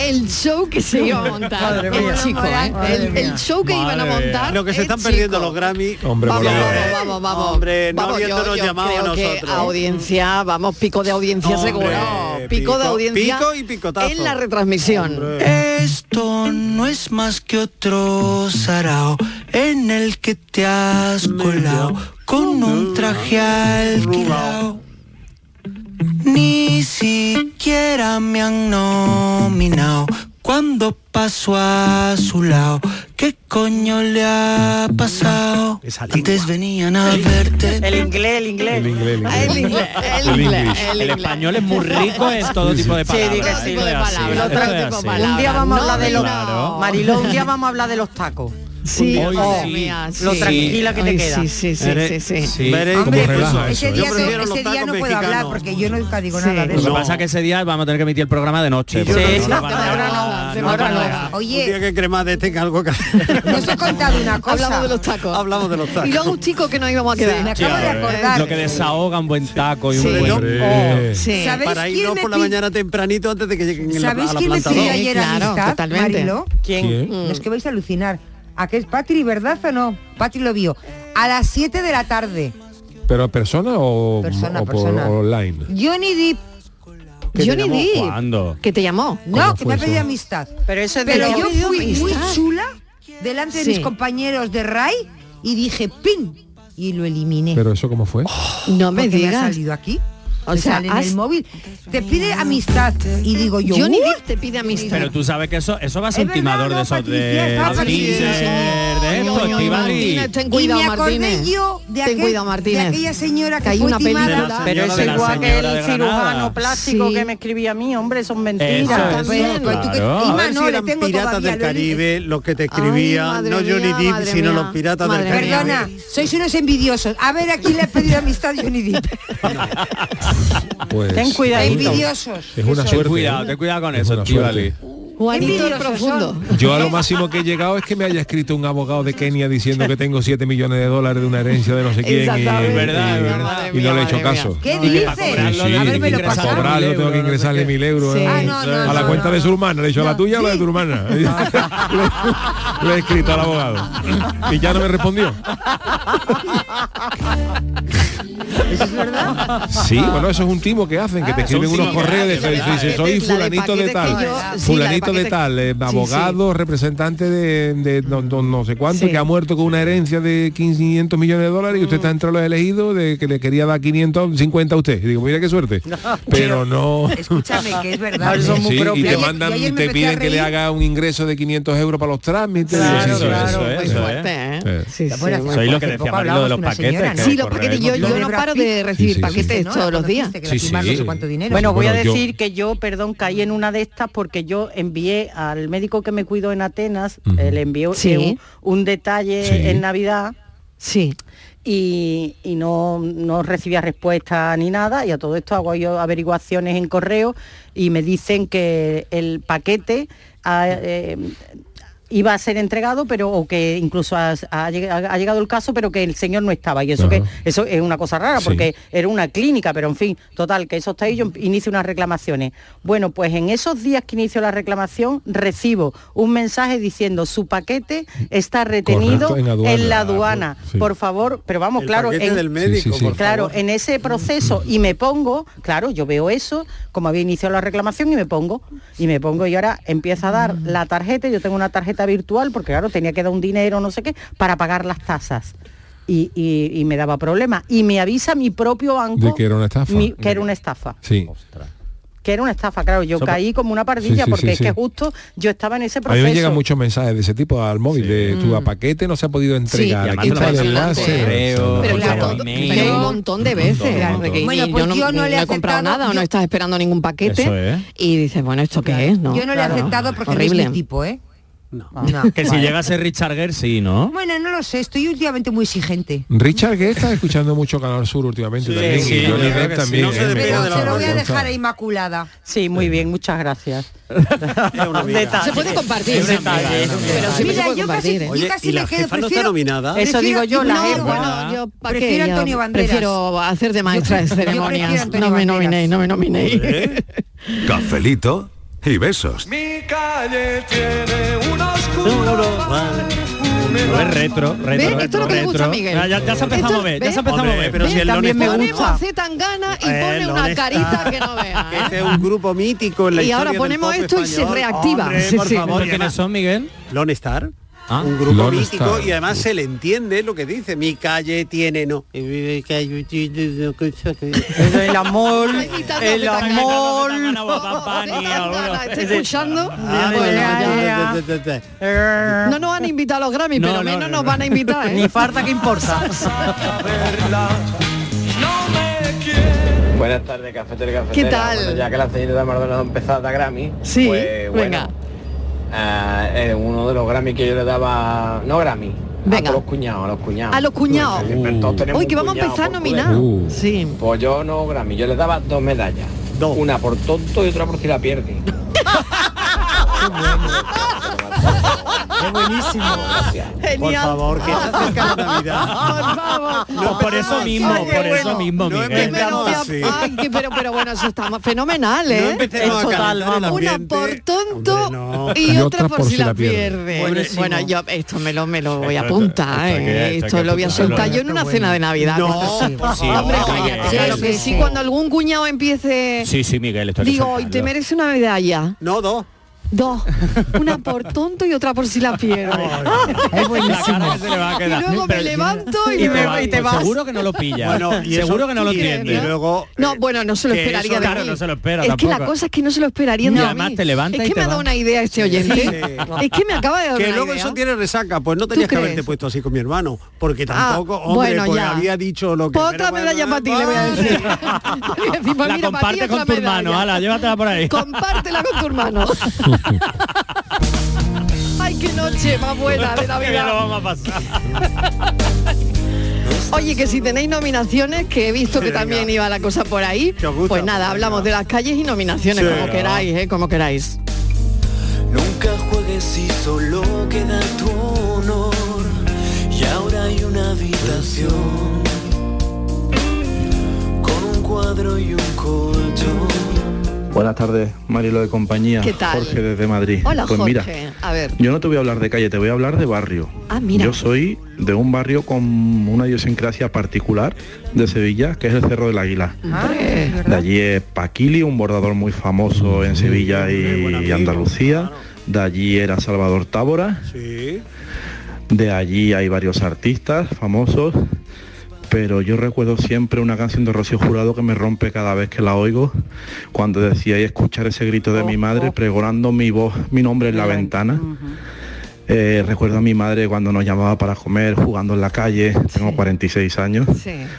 Speaker 3: El show que se iba a montar.
Speaker 10: Madre
Speaker 3: el,
Speaker 10: mía.
Speaker 3: chico, ¿eh?
Speaker 10: Madre
Speaker 3: el,
Speaker 10: mía.
Speaker 3: el show que iban a
Speaker 6: Madre mía.
Speaker 3: montar.
Speaker 5: Lo que se
Speaker 3: el
Speaker 5: están perdiendo
Speaker 3: chico.
Speaker 5: los Grammy.
Speaker 8: Hombre, por
Speaker 3: Vamos,
Speaker 8: favor.
Speaker 3: vamos, vamos, vamos.
Speaker 5: Hombre, no
Speaker 3: Vamos, yo-
Speaker 5: habiéndonos
Speaker 3: yo
Speaker 5: llamado a
Speaker 3: creo que
Speaker 5: nosotros.
Speaker 3: audiencia, vamos, pico de audiencia
Speaker 5: Hombre,
Speaker 3: seguro. Pico, de
Speaker 5: pico-
Speaker 3: audiencia
Speaker 5: pico y picotazo.
Speaker 3: en la retransmisión.
Speaker 11: Esto no es más que otro sarao en el que te has colado con un traje alquilado. Ni siquiera me han nominado cuando paso a su lado. ¿Qué coño le ha pasado?
Speaker 5: Esa lengua.
Speaker 11: Antes venían a verte.
Speaker 10: El inglés, el inglés.
Speaker 8: El inglés, el
Speaker 3: Ah,
Speaker 8: inglés.
Speaker 3: El inglés, el
Speaker 8: El
Speaker 3: inglés,
Speaker 8: English.
Speaker 3: el
Speaker 6: El
Speaker 3: inglés.
Speaker 6: español es muy rico en todo tipo de
Speaker 8: Sí,
Speaker 6: palabras.
Speaker 10: diga
Speaker 3: Otro
Speaker 10: sí.
Speaker 3: tipo de
Speaker 6: Esto es así, esto
Speaker 3: palabras, otro
Speaker 6: es
Speaker 3: tipo de
Speaker 6: así.
Speaker 3: palabras.
Speaker 10: Un día vamos a hablar de los
Speaker 6: Claro.
Speaker 10: Mariló, un día vamos a hablar de los tacos.
Speaker 3: Sí,
Speaker 6: Hoy
Speaker 3: madre
Speaker 6: sí.
Speaker 3: mía,
Speaker 10: Lo
Speaker 3: sí.
Speaker 10: tranquila que te
Speaker 3: Ay,
Speaker 10: queda.
Speaker 3: Sí, sí, sí, sí,
Speaker 5: Eres-
Speaker 3: sí.
Speaker 6: Sí.
Speaker 5: Veréis
Speaker 8: Hombre,
Speaker 5: cómo
Speaker 8: pues,
Speaker 5: relaja
Speaker 8: ese
Speaker 5: eso,
Speaker 7: Ese
Speaker 5: Yo
Speaker 7: día, no-
Speaker 5: prefiero los
Speaker 7: ese día
Speaker 5: tacos
Speaker 7: no puedo hablar
Speaker 5: mexicanos.
Speaker 7: porque yo no digo nada
Speaker 3: Sí.
Speaker 7: de
Speaker 6: Lo que
Speaker 7: eso.
Speaker 5: No.
Speaker 6: pasa es que ese día vamos a tener que emitir el programa de noche.
Speaker 5: yo
Speaker 6: porque
Speaker 5: no-
Speaker 6: si
Speaker 5: no,
Speaker 6: van a
Speaker 5: ahora
Speaker 6: dejar-
Speaker 5: no,
Speaker 6: van
Speaker 3: ahora
Speaker 6: a
Speaker 3: no.
Speaker 6: dejar.
Speaker 5: Un día
Speaker 7: Oye,
Speaker 5: que Cremades tenga algo que
Speaker 7: no os he contado una cosa.
Speaker 3: Hablamos de los tacos.
Speaker 5: Hablamos de los tacos.
Speaker 3: Y luego un chico que nos íbamos a quedar.
Speaker 7: me acabo de
Speaker 6: Sí,
Speaker 7: acordar.
Speaker 6: Lo que desahoga un buen taco y un
Speaker 3: Sí.
Speaker 6: buen...
Speaker 5: Hombre.
Speaker 8: Hombre.
Speaker 3: Sí.
Speaker 7: ¿Sabéis
Speaker 5: Para
Speaker 7: quién
Speaker 5: irnos
Speaker 7: me
Speaker 5: por la
Speaker 7: pi-
Speaker 5: mañana tempranito antes de que lleguen en la-
Speaker 7: ¿Sabéis
Speaker 5: a la
Speaker 7: quién me
Speaker 5: planta
Speaker 7: pidió
Speaker 5: dos.
Speaker 3: Sí,
Speaker 7: ayer
Speaker 3: claro,
Speaker 7: amistad,
Speaker 3: totalmente.
Speaker 7: Mariló?
Speaker 8: ¿Quién?
Speaker 5: Mm.
Speaker 7: No es que vais a alucinar. ¿A qué es Patri, verdad o no? Patri lo vio. A las 7 de la tarde.
Speaker 8: ¿Pero persona o,
Speaker 7: Persona,
Speaker 8: o por
Speaker 7: persona.
Speaker 8: online?
Speaker 7: Johnny Depp.
Speaker 6: Que
Speaker 3: Johnny
Speaker 6: tenemos-
Speaker 3: Depp.
Speaker 6: ¿Cuándo?
Speaker 3: Que te llamó.
Speaker 7: No, que
Speaker 8: fue
Speaker 7: me ha pedido
Speaker 8: eso?
Speaker 7: amistad.
Speaker 10: Pero eso es de
Speaker 7: Pero
Speaker 10: los-
Speaker 7: yo fui muy
Speaker 3: amistad.
Speaker 7: chula delante
Speaker 3: Sí.
Speaker 7: de mis compañeros de RAI y dije ¡pin! Y lo eliminé.
Speaker 8: ¿Pero eso cómo fue?
Speaker 3: No me
Speaker 7: Porque me ha
Speaker 3: digas.
Speaker 7: salido aquí.
Speaker 3: O
Speaker 7: O sea,
Speaker 3: sea,
Speaker 7: en
Speaker 3: has-
Speaker 7: el móvil. Te pide amistad y digo yo.
Speaker 3: Johnny
Speaker 7: "Uy".
Speaker 3: Depp te pide amistad.
Speaker 6: Pero tú sabes que eso, eso va a
Speaker 7: Es
Speaker 6: ser un
Speaker 7: verdad,
Speaker 6: timador
Speaker 7: no,
Speaker 6: de esos
Speaker 7: Patricia,
Speaker 6: de...
Speaker 7: no,
Speaker 6: de
Speaker 7: Patricia.
Speaker 6: teaser, de esto,
Speaker 3: Oye, oye,
Speaker 6: Estivali.
Speaker 3: Martínez, ten
Speaker 7: Y
Speaker 3: cuidado,
Speaker 7: me acordé
Speaker 3: Martínez.
Speaker 7: yo de,
Speaker 3: ten
Speaker 7: aquel-
Speaker 3: cuidado,
Speaker 7: de
Speaker 3: Martínez.
Speaker 7: aquella señora que,
Speaker 3: Que hay
Speaker 7: fue
Speaker 3: una película-
Speaker 7: timada.
Speaker 10: Pero
Speaker 6: Señora
Speaker 10: es
Speaker 6: de la
Speaker 10: igual que
Speaker 6: señora de
Speaker 10: el
Speaker 6: Granada.
Speaker 10: cirujano plástico
Speaker 3: Sí.
Speaker 10: que me escribía a mí, hombre, son
Speaker 6: Eso
Speaker 10: mentiras.
Speaker 6: es.
Speaker 7: Ah, bueno, pues tú que-
Speaker 6: Claro.
Speaker 7: y
Speaker 5: A
Speaker 7: más
Speaker 5: ver
Speaker 7: no,
Speaker 5: si
Speaker 7: le
Speaker 5: eran
Speaker 7: tengo
Speaker 5: piratas
Speaker 7: todavía,
Speaker 5: del
Speaker 7: lo he-
Speaker 5: Caribe los que te
Speaker 3: Ay,
Speaker 5: escribían, no
Speaker 3: madre
Speaker 5: Johnny
Speaker 3: mía,
Speaker 5: Depp,
Speaker 3: madre
Speaker 5: sino
Speaker 3: mía.
Speaker 5: los piratas
Speaker 3: Madre
Speaker 5: del Caribe.
Speaker 3: mía.
Speaker 7: Perdona, sois unos envidiosos. A ver, aquí le he pedido amistad a Johnny Depp.
Speaker 8: Pues,
Speaker 10: Ten cuidadito.
Speaker 7: Envidiosos.
Speaker 8: Es
Speaker 7: Eso.
Speaker 8: una suerte.
Speaker 6: Ten cuidado,
Speaker 8: ¿eh?
Speaker 6: ten cuidado con
Speaker 8: Es
Speaker 6: eso,
Speaker 8: una
Speaker 6: Estivali.
Speaker 8: suerte.
Speaker 3: Juanito el
Speaker 7: Envidiosos
Speaker 3: profundo.
Speaker 7: son.
Speaker 8: Yo a lo máximo que he llegado es que me haya escrito un abogado de Kenia diciendo que tengo 7 millones de dólares de una herencia de no sé quién y,
Speaker 3: Exactamente.
Speaker 8: y-
Speaker 6: Verdad,
Speaker 8: y
Speaker 6: verdad.
Speaker 8: no le he hecho
Speaker 3: Madre mía.
Speaker 8: caso.
Speaker 7: ¿Qué
Speaker 6: No,
Speaker 7: dices?
Speaker 6: para cobrarlo,
Speaker 8: Sí,
Speaker 7: a ver, me lo
Speaker 8: para
Speaker 6: ingresar
Speaker 7: pasas.
Speaker 6: mil
Speaker 8: cobrarlo
Speaker 6: euros,
Speaker 8: tengo que
Speaker 6: no sé
Speaker 8: ingresarle
Speaker 6: qué.
Speaker 8: mil euros
Speaker 3: Sí.
Speaker 8: eh,
Speaker 3: Ah,
Speaker 7: no, no,
Speaker 8: a la
Speaker 7: no,
Speaker 8: cuenta
Speaker 7: no,
Speaker 8: de
Speaker 7: no.
Speaker 8: su hermana, le he dicho a la
Speaker 7: No,
Speaker 8: tuya o la de
Speaker 7: sí.
Speaker 8: tu
Speaker 7: (laughs)
Speaker 8: hermana. Lo- Lo he
Speaker 7: (laughs)
Speaker 8: escrito al abogado. Y ya no me respondió.
Speaker 7: ¿Eso es
Speaker 8: (laughs)
Speaker 7: verdad?
Speaker 8: Sí, bueno, eso es un timo que hacen, que te
Speaker 7: Ah,
Speaker 8: escriben
Speaker 7: son
Speaker 8: unos
Speaker 7: timo,
Speaker 8: correos
Speaker 7: ah,
Speaker 8: de
Speaker 7: es verdad,
Speaker 8: dice,
Speaker 7: es
Speaker 8: soy
Speaker 7: verdad. La de
Speaker 8: fulanito de
Speaker 7: paquete que yo-
Speaker 8: tal,
Speaker 7: sí,
Speaker 8: fulanito
Speaker 7: la de
Speaker 8: de
Speaker 7: paquete-
Speaker 8: tal, eh,
Speaker 7: Sí,
Speaker 8: abogado, representante de, de don- don no sé cuánto,
Speaker 7: Sí. Mm.
Speaker 8: que ha muerto con una herencia de 500 millones de dólares y usted está entre los elegidos de que le quería dar 550 a usted. Y digo, mira qué suerte.
Speaker 7: (laughs)
Speaker 8: Pero no...
Speaker 7: Escúchame,
Speaker 8: (laughs)
Speaker 7: que es verdad.
Speaker 8: Sí, y te mandan,
Speaker 7: Y ayer me
Speaker 8: te
Speaker 7: empecé a
Speaker 8: piden que le
Speaker 7: reír.
Speaker 8: haga un ingreso de 500 euros para los trámites.
Speaker 6: Claro,
Speaker 8: Sí, sí,
Speaker 6: claro,
Speaker 8: sí,
Speaker 6: muy
Speaker 7: pues,
Speaker 8: sí, sí.
Speaker 6: fuerte,
Speaker 3: ¿eh?
Speaker 8: Eh.
Speaker 3: Sí, sí,
Speaker 6: Bueno,
Speaker 3: muy
Speaker 6: soy lo
Speaker 3: fuerte.
Speaker 6: que
Speaker 3: Poco
Speaker 6: decía María, lo de los
Speaker 3: hablamos de una
Speaker 6: paquetes.
Speaker 3: señora,
Speaker 6: que
Speaker 3: ¿no? Sí,
Speaker 6: el
Speaker 3: los
Speaker 6: correo
Speaker 3: paquetes, yo-
Speaker 6: es muy
Speaker 3: yo no
Speaker 6: fuerte.
Speaker 3: paro de recibir paquetes todos los días.
Speaker 6: Sí, sí.
Speaker 10: Bueno, voy
Speaker 6: Bueno,
Speaker 10: a
Speaker 6: yo-
Speaker 10: decir que yo, perdón, caí en una de estas porque yo envié al médico que me cuidó en Atenas, eh, le envié
Speaker 3: Sí.
Speaker 10: un, un detalle
Speaker 3: Sí.
Speaker 10: en Navidad.
Speaker 3: Sí.
Speaker 10: Y, y no, no recibía respuesta ni nada, y a todo esto hago yo averiguaciones en correo y me dicen que el paquete ha, eh, iba a ser entregado, pero o que incluso ha, ha lleg- ha llegado el caso, pero que el señor no estaba. Y eso
Speaker 12: Ajá.
Speaker 10: que eso es una cosa rara,
Speaker 12: Sí.
Speaker 10: porque era una clínica, pero en fin, total, que eso está ahí, yo em-, inicio unas reclamaciones. Bueno, pues en esos días que inicio la reclamación, recibo un mensaje diciendo su paquete está retenido
Speaker 12: Correcto,
Speaker 10: en,
Speaker 12: en aduana". Ah, pues,
Speaker 10: la aduana.
Speaker 12: Sí.
Speaker 10: Por favor, pero vamos,
Speaker 12: El
Speaker 10: claro,
Speaker 12: paquete del médico, Sí, sí, sí. por
Speaker 10: claro,
Speaker 12: favor.
Speaker 10: en ese proceso y me pongo, claro, yo veo eso, como había iniciado la reclamación y me pongo, y me pongo y ahora empiezo a dar la tarjeta, yo tengo una tarjeta virtual porque claro, tenía que dar un dinero, no sé qué, para pagar las tasas. Y, y- y me daba problemas. Y me avisa mi propio banco
Speaker 8: De que era una estafa.
Speaker 10: mi- que era una estafa.
Speaker 8: Sí.
Speaker 10: Que era una estafa, claro, yo
Speaker 8: Eso-
Speaker 10: caí como una pardilla
Speaker 8: Sí, sí,
Speaker 10: porque
Speaker 8: sí,
Speaker 10: es
Speaker 8: sí.
Speaker 10: que justo yo estaba en ese
Speaker 8: A mí
Speaker 10: proceso.
Speaker 8: me llegan muchos mensajes de ese tipo al móvil, de tu
Speaker 10: Mm.
Speaker 8: paquete no se ha podido entregar.
Speaker 6: y además te
Speaker 8: Aquí
Speaker 6: lo
Speaker 8: está el
Speaker 6: mandan por
Speaker 8: enlace.
Speaker 6: correo,
Speaker 8: Pero
Speaker 6: por
Speaker 8: claro,
Speaker 6: todo email.
Speaker 3: Pero un montón de veces. de que
Speaker 7: Bueno,
Speaker 3: ni-
Speaker 7: pues
Speaker 3: yo no,
Speaker 7: yo no
Speaker 3: no
Speaker 7: le
Speaker 3: he
Speaker 7: he
Speaker 3: comprado
Speaker 7: aceptado,
Speaker 3: nada, o
Speaker 7: yo-
Speaker 3: no estás esperando ningún paquete.
Speaker 6: Eso es.
Speaker 3: Y dices, bueno, ¿esto qué es? No,
Speaker 7: Yo no le he
Speaker 3: claro.
Speaker 7: aceptado porque no
Speaker 3: Horrible.
Speaker 7: es mi tipo, ¿eh? No.
Speaker 6: Que si
Speaker 7: Vale.
Speaker 6: llega a ser Richard Gere, sí, ¿no?
Speaker 7: Bueno, no lo sé, estoy últimamente muy exigente.
Speaker 8: Richard, que está escuchando mucho Canal Sur últimamente también.
Speaker 6: sí,
Speaker 8: y
Speaker 6: yo
Speaker 8: Johnny
Speaker 6: creo
Speaker 8: Depp
Speaker 6: que sí.
Speaker 8: también.
Speaker 6: No se
Speaker 8: ¿eh? Me
Speaker 6: despega de la
Speaker 8: consta,
Speaker 7: Se lo voy a
Speaker 8: me
Speaker 7: dejar
Speaker 8: consta.
Speaker 7: a Inmaculada.
Speaker 10: Sí,
Speaker 8: Eh.
Speaker 10: muy bien, muchas gracias. Detalle.
Speaker 7: Se puede compartir.
Speaker 10: Es un detalle.
Speaker 7: Es una amiga, Pero sí, Mira, se puede yo casi- compartir, ¿eh? yo
Speaker 5: Oye,
Speaker 7: casi
Speaker 5: ¿y
Speaker 7: me
Speaker 5: la
Speaker 7: quedo,
Speaker 5: jefa no está
Speaker 7: prefiero-
Speaker 5: nominada?
Speaker 10: Eso digo yo, la
Speaker 3: no,
Speaker 10: jefa.
Speaker 3: bueno, yo pa' qué,
Speaker 10: Prefiero
Speaker 3: yo
Speaker 10: Antonio Banderas.
Speaker 3: Prefiero hacer de maestra de
Speaker 10: Yo- yo prefiero
Speaker 3: ceremonias.
Speaker 10: Antonio
Speaker 3: No me
Speaker 10: Banderas.
Speaker 3: nominéis, no me nominéis.
Speaker 1: Cafelito y besos.
Speaker 4: Mi calle tiene un oscuro
Speaker 6: No es retro, retro,
Speaker 3: ¿Ves?
Speaker 6: retro,
Speaker 3: Esto es lo que le gusta a
Speaker 6: retro.
Speaker 3: Miguel.
Speaker 6: Ya, ya- ya se ha
Speaker 3: (laughs)
Speaker 6: empezado
Speaker 3: Esto-
Speaker 6: a mover, ya
Speaker 3: ¿ves?
Speaker 6: se ha empezado a mover.
Speaker 5: pero si él
Speaker 3: También
Speaker 5: lo
Speaker 3: me
Speaker 5: necesita.
Speaker 3: ponemos a Zetangana y
Speaker 5: Eh,
Speaker 3: pone una
Speaker 5: ¿dónde
Speaker 3: carita
Speaker 5: está?
Speaker 3: que no vea. ¿eh?
Speaker 5: Este es un grupo mítico en la
Speaker 3: Y ahora
Speaker 5: historia del
Speaker 3: ponemos
Speaker 5: pop
Speaker 3: esto y se
Speaker 5: español.
Speaker 3: reactiva.
Speaker 5: Hombre,
Speaker 3: Sí,
Speaker 5: por
Speaker 3: sí.
Speaker 5: favor,
Speaker 3: ¿Pero quiénes
Speaker 6: son, Miguel? Ah.
Speaker 5: Lone Star. un grupo
Speaker 8: Lone
Speaker 5: mítico
Speaker 8: Star.
Speaker 5: y además se le entiende lo que dice. Mi calle tiene
Speaker 3: (laughs)
Speaker 5: no.
Speaker 10: El amor,
Speaker 3: imitando a
Speaker 10: el
Speaker 3: Zetangana,
Speaker 10: amor.
Speaker 3: ¿Está escuchando? No nos han invitado a los Grammy,
Speaker 10: No,
Speaker 3: pero
Speaker 10: no,
Speaker 3: menos
Speaker 10: no,
Speaker 3: nos
Speaker 10: no.
Speaker 3: van a invitar. ¿eh?
Speaker 10: Ni falta que importa.
Speaker 13: Buenas tardes, cafetero y cafetera.
Speaker 3: ¿Qué tal?
Speaker 13: Bueno, ya que la señorita Mardona ha empezado a dar Grammy,
Speaker 3: Sí,
Speaker 13: pues, bueno,
Speaker 3: venga.
Speaker 13: ah, eh, uno de los Grammy que yo le daba, no Grammy,
Speaker 3: Venga.
Speaker 13: a los cuñados, a los cuñados.
Speaker 3: A los cuñados.
Speaker 13: Siempre todos tenemos
Speaker 3: Hoy que
Speaker 13: un
Speaker 3: vamos a
Speaker 13: cuñado
Speaker 3: empezar a
Speaker 13: por
Speaker 3: nominar.
Speaker 13: culero.
Speaker 3: Sí.
Speaker 13: Pues yo no Grammy, yo le
Speaker 3: (laughs)
Speaker 13: daba dos medallas. Una por tonto y otra por si la pierde.
Speaker 4: Es buenísimo.
Speaker 5: Por favor, que se acerca la
Speaker 3: (laughs)
Speaker 5: Navidad.
Speaker 6: Pues por eso mismo,
Speaker 5: Ay, qué
Speaker 6: por eso
Speaker 5: bueno.
Speaker 6: mismo,
Speaker 5: No
Speaker 6: Miguel.
Speaker 5: empezamos
Speaker 3: Pero,
Speaker 5: así.
Speaker 3: ay, que- pero, pero bueno, eso está ma- fenomenal, ¿eh?
Speaker 5: empecemos
Speaker 3: Es
Speaker 5: a calentar el
Speaker 3: vamos. Una
Speaker 5: ambiente.
Speaker 3: por tonto y, otra por si la pierde.
Speaker 5: Buenísimo.
Speaker 3: Bueno, yo esto me lo, me lo voy a
Speaker 6: Esto-
Speaker 3: apuntar,
Speaker 6: esto hay que-
Speaker 3: ¿eh?
Speaker 6: esto hay
Speaker 3: Esto
Speaker 6: que
Speaker 3: lo voy a
Speaker 6: apuntarlo,
Speaker 3: soltar
Speaker 6: ¿eh?
Speaker 3: yo en una cena de Navidad.
Speaker 6: No,
Speaker 3: esto sí.
Speaker 6: por favor.
Speaker 3: Hombre,
Speaker 6: Sí,
Speaker 3: cállate.
Speaker 6: sí,
Speaker 5: eh,
Speaker 3: Claro que
Speaker 6: sí.
Speaker 3: sí, cuando algún cuñado empiece...
Speaker 6: Sí, sí, Miguel, esto hay que
Speaker 3: Digo, hoy
Speaker 6: soltarlo.
Speaker 3: te merece una medalla.
Speaker 5: No, dos.
Speaker 3: Dos. Una por tonto y otra por si la pierdo.
Speaker 6: Es buenísimo. La cara que se le va a quedar.
Speaker 3: Y luego me
Speaker 6: Pero-
Speaker 3: levanto y,
Speaker 6: y te
Speaker 3: me voy
Speaker 6: vas,
Speaker 3: y te
Speaker 6: pues
Speaker 3: vas.
Speaker 6: seguro que no lo pilla.
Speaker 5: Bueno, y
Speaker 6: Seguro
Speaker 5: eso
Speaker 6: que no lo
Speaker 5: tú tienes,
Speaker 6: entiende.
Speaker 5: ¿no? Y luego,
Speaker 3: No, bueno, no se lo
Speaker 6: que
Speaker 3: esperaría
Speaker 6: eso,
Speaker 3: de
Speaker 6: claro,
Speaker 3: mí.
Speaker 6: no se lo espera
Speaker 3: Es que la
Speaker 6: tampoco.
Speaker 3: cosa es que no se lo esperaría
Speaker 6: Y
Speaker 3: de
Speaker 6: además
Speaker 3: mí.
Speaker 6: te levantas
Speaker 3: Es
Speaker 6: y
Speaker 3: que
Speaker 6: te
Speaker 3: me ha dado
Speaker 6: vas.
Speaker 3: una idea este oyente. Es que me acaba de dar
Speaker 5: que
Speaker 3: una
Speaker 5: luego
Speaker 3: idea.
Speaker 5: eso tiene resaca, pues no tenías que haberte puesto así con mi hermano, porque tampoco,
Speaker 3: Ah,
Speaker 5: hombre,
Speaker 3: bueno,
Speaker 5: pues
Speaker 3: ya.
Speaker 5: había dicho lo que
Speaker 3: Otra medalla para ti, le voy a
Speaker 5: (laughs)
Speaker 3: decir. (laughs) Le voy a decir, pues
Speaker 6: La
Speaker 3: mira, para ti
Speaker 6: comparte con
Speaker 3: otra
Speaker 6: tu
Speaker 3: medalla.
Speaker 6: hermano, ala, llévatela por ahí.
Speaker 3: Compártela con tu hermano. Ay, qué noche más (laughs)
Speaker 6: (laughs)
Speaker 3: buena de
Speaker 6: Qué bien lo
Speaker 3: Navidad.
Speaker 6: vamos a pasar.
Speaker 3: Oye, que si tenéis nominaciones, que he visto que
Speaker 6: Venga.
Speaker 3: también iba la cosa por ahí, pues nada, hablamos de las calles y nominaciones,
Speaker 14: Sí.
Speaker 3: como queráis, ¿eh? como queráis.
Speaker 14: (laughs) Nunca juegues si solo queda tu honor y ahora hay una habitación con un cuadro y un colchón.
Speaker 12: Buenas tardes, Marilo de compañía.
Speaker 3: ¿Qué tal?
Speaker 12: Jorge desde Madrid.
Speaker 3: Hola,
Speaker 12: pues
Speaker 3: Jorge.
Speaker 12: mira,
Speaker 3: A ver.
Speaker 12: yo no te voy a hablar de calle, te voy a hablar de barrio.
Speaker 3: Ah, mira.
Speaker 12: Yo soy de un barrio con una idiosincrasia particular de Sevilla, que es el Cerro del Águila.
Speaker 3: Ah,
Speaker 12: De allí es Paquili, un bordador muy famoso en Sevilla y, Andalucía. De allí era Salvador Tábora. De allí hay varios artistas famosos. Pero yo recuerdo siempre una canción de Rocío Jurado que me rompe cada vez que la oigo, cuando decía y escuchar ese grito de mi madre pregonando mi voz, mi nombre en la ventana. Eh, recuerdo a mi madre cuando nos llamaba para comer, jugando en la calle, tengo 46 años,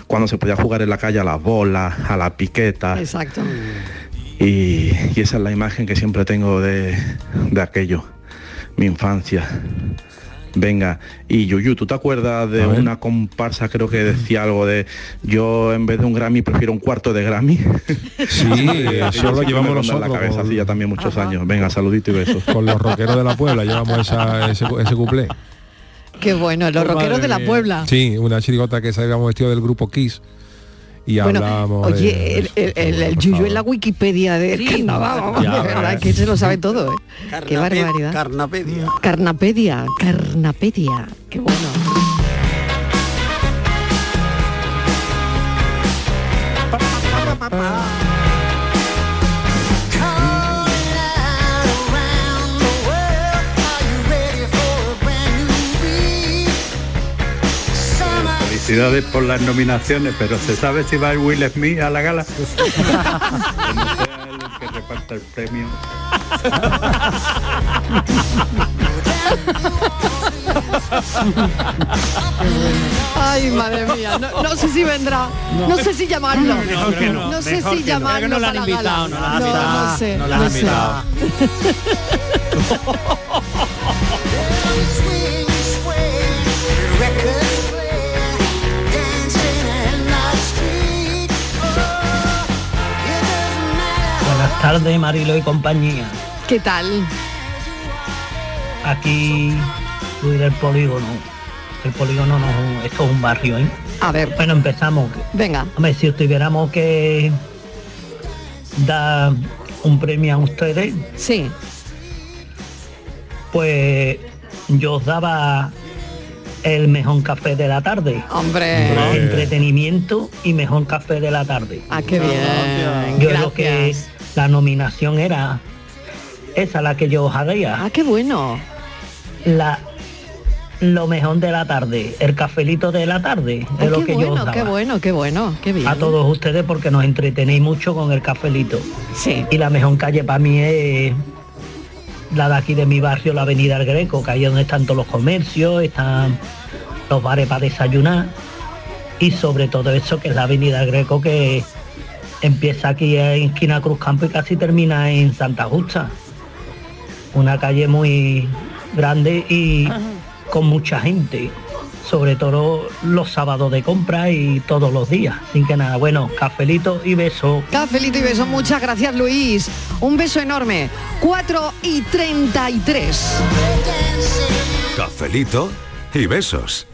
Speaker 12: cuando se podía jugar en la calle a las bolas, a la piqueta,
Speaker 3: Exacto.
Speaker 12: y, y esa es la imagen que siempre tengo de, de aquello, mi infancia. Venga, y Yuyu, ¿tú te acuerdas de una comparsa, creo que decía algo de, yo en vez de un Grammy prefiero un cuarto de (laughs) Grammy?
Speaker 8: Sí, eso lo
Speaker 12: me
Speaker 8: llevamos
Speaker 12: ronda en
Speaker 8: nosotros
Speaker 12: la cabeza hace ya también muchos años. Venga, saludito y besos.
Speaker 8: Con los rockeros de la Puebla llevamos esa- ese, ese cuplé.
Speaker 3: Qué bueno, los
Speaker 8: Oh,
Speaker 3: rockeros
Speaker 8: madre
Speaker 3: de la
Speaker 8: mía.
Speaker 3: Puebla.
Speaker 8: Sí, una chirigota que salíamos vestido del grupo Kiss y hablábamos de-
Speaker 3: oye,
Speaker 12: eh,
Speaker 3: eh, el, el, el- el Yuyu en la Wikipedia del carnaval, vamos, (laughs)
Speaker 8: Ya
Speaker 3: de verdad
Speaker 8: ves.
Speaker 3: que se lo sabe todo, ¿eh? Qué
Speaker 5: Carnape-
Speaker 3: barbaridad.
Speaker 5: Carnapedia.
Speaker 3: Carnapedia, carnapedia. Qué bueno.
Speaker 15: Felicidades por las nominaciones, pero ¿se sabe si va el Will Smith a la gala? Como sea él el que reparta el premio.
Speaker 16: (laughs)
Speaker 3: Ay, madre mía, no, no sé si vendrá, no, sé si llamarlo,
Speaker 16: No, mejor que no.
Speaker 3: sé
Speaker 16: Mejor
Speaker 3: si
Speaker 16: que no.
Speaker 3: llamarlo.
Speaker 16: Creo que no lo han
Speaker 3: para
Speaker 16: invitado, no
Speaker 3: gala.
Speaker 16: lo han invitado.
Speaker 3: no sé,
Speaker 16: No lo han
Speaker 3: sé.
Speaker 16: invitado.
Speaker 17: Buenas tardes, Marilo y compañía.
Speaker 3: ¿Qué tal?
Speaker 17: Aquí Luis del polígono. El polígono no es un- esto es un barrio, ¿eh?
Speaker 3: A ver.
Speaker 17: Bueno, empezamos.
Speaker 3: Venga.
Speaker 17: Hombre, si tuviéramos que dar un premio a ustedes.
Speaker 3: Sí.
Speaker 17: Pues yo os daba el mejor café de la tarde.
Speaker 3: Hombre. Hombre.
Speaker 17: Entretenimiento y mejor café de la tarde.
Speaker 3: Ah, qué bien.
Speaker 17: Yo creo que la nominación era esa la que yo os haría.
Speaker 3: Ah, qué bueno.
Speaker 17: La lo mejor de la tarde, el cafelito de la tarde,
Speaker 3: Ah,
Speaker 17: es lo
Speaker 3: qué
Speaker 17: que yo os
Speaker 3: bueno,
Speaker 17: daba
Speaker 3: qué bueno, qué bueno, qué bien.
Speaker 17: a todos ustedes porque nos entretenéis mucho con el cafelito.
Speaker 3: Sí.
Speaker 17: Y la mejor calle para mí es la de aquí de mi barrio, la Avenida El Greco, que ahí es donde están todos los comercios, están los bares para desayunar. Y sobre todo eso que es la Avenida El Greco que empieza aquí en esquina Cruz Campo y casi termina en Santa Justa. Una calle muy grande y con mucha gente sobre todo los sábados de compra y todos los días. Sin que nada, bueno, cafelito y beso.
Speaker 3: Cafelito y beso, muchas gracias Luis. Un beso enorme. 4 y 33.
Speaker 1: Cafelito y besos.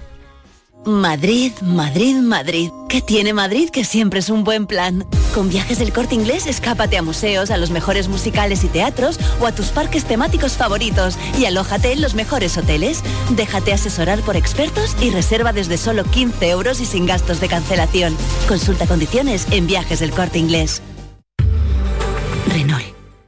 Speaker 18: Madrid, Madrid, Madrid. ¿Qué tiene Madrid que siempre es un buen plan? Con viajes del corte inglés, escápate a museos, a los mejores musicales y teatros o a tus parques temáticos favoritos y alójate en los mejores hoteles. Déjate asesorar por expertos y reserva desde solo 15 euros y sin gastos de cancelación. Consulta condiciones en viajes del corte inglés.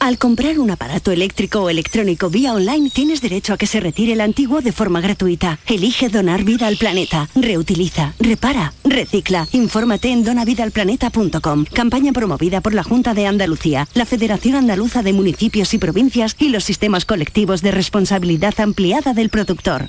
Speaker 19: Al comprar un aparato eléctrico o electrónico vía online tienes derecho a que se retire el antiguo de forma gratuita. Elige donar vida al planeta. Reutiliza, repara, recicla. Infórmate en donavidalplaneta.com. Campaña promovida por la Junta de Andalucía, la Federación Andaluza de Municipios y Provincias y los sistemas colectivos de responsabilidad ampliada del productor.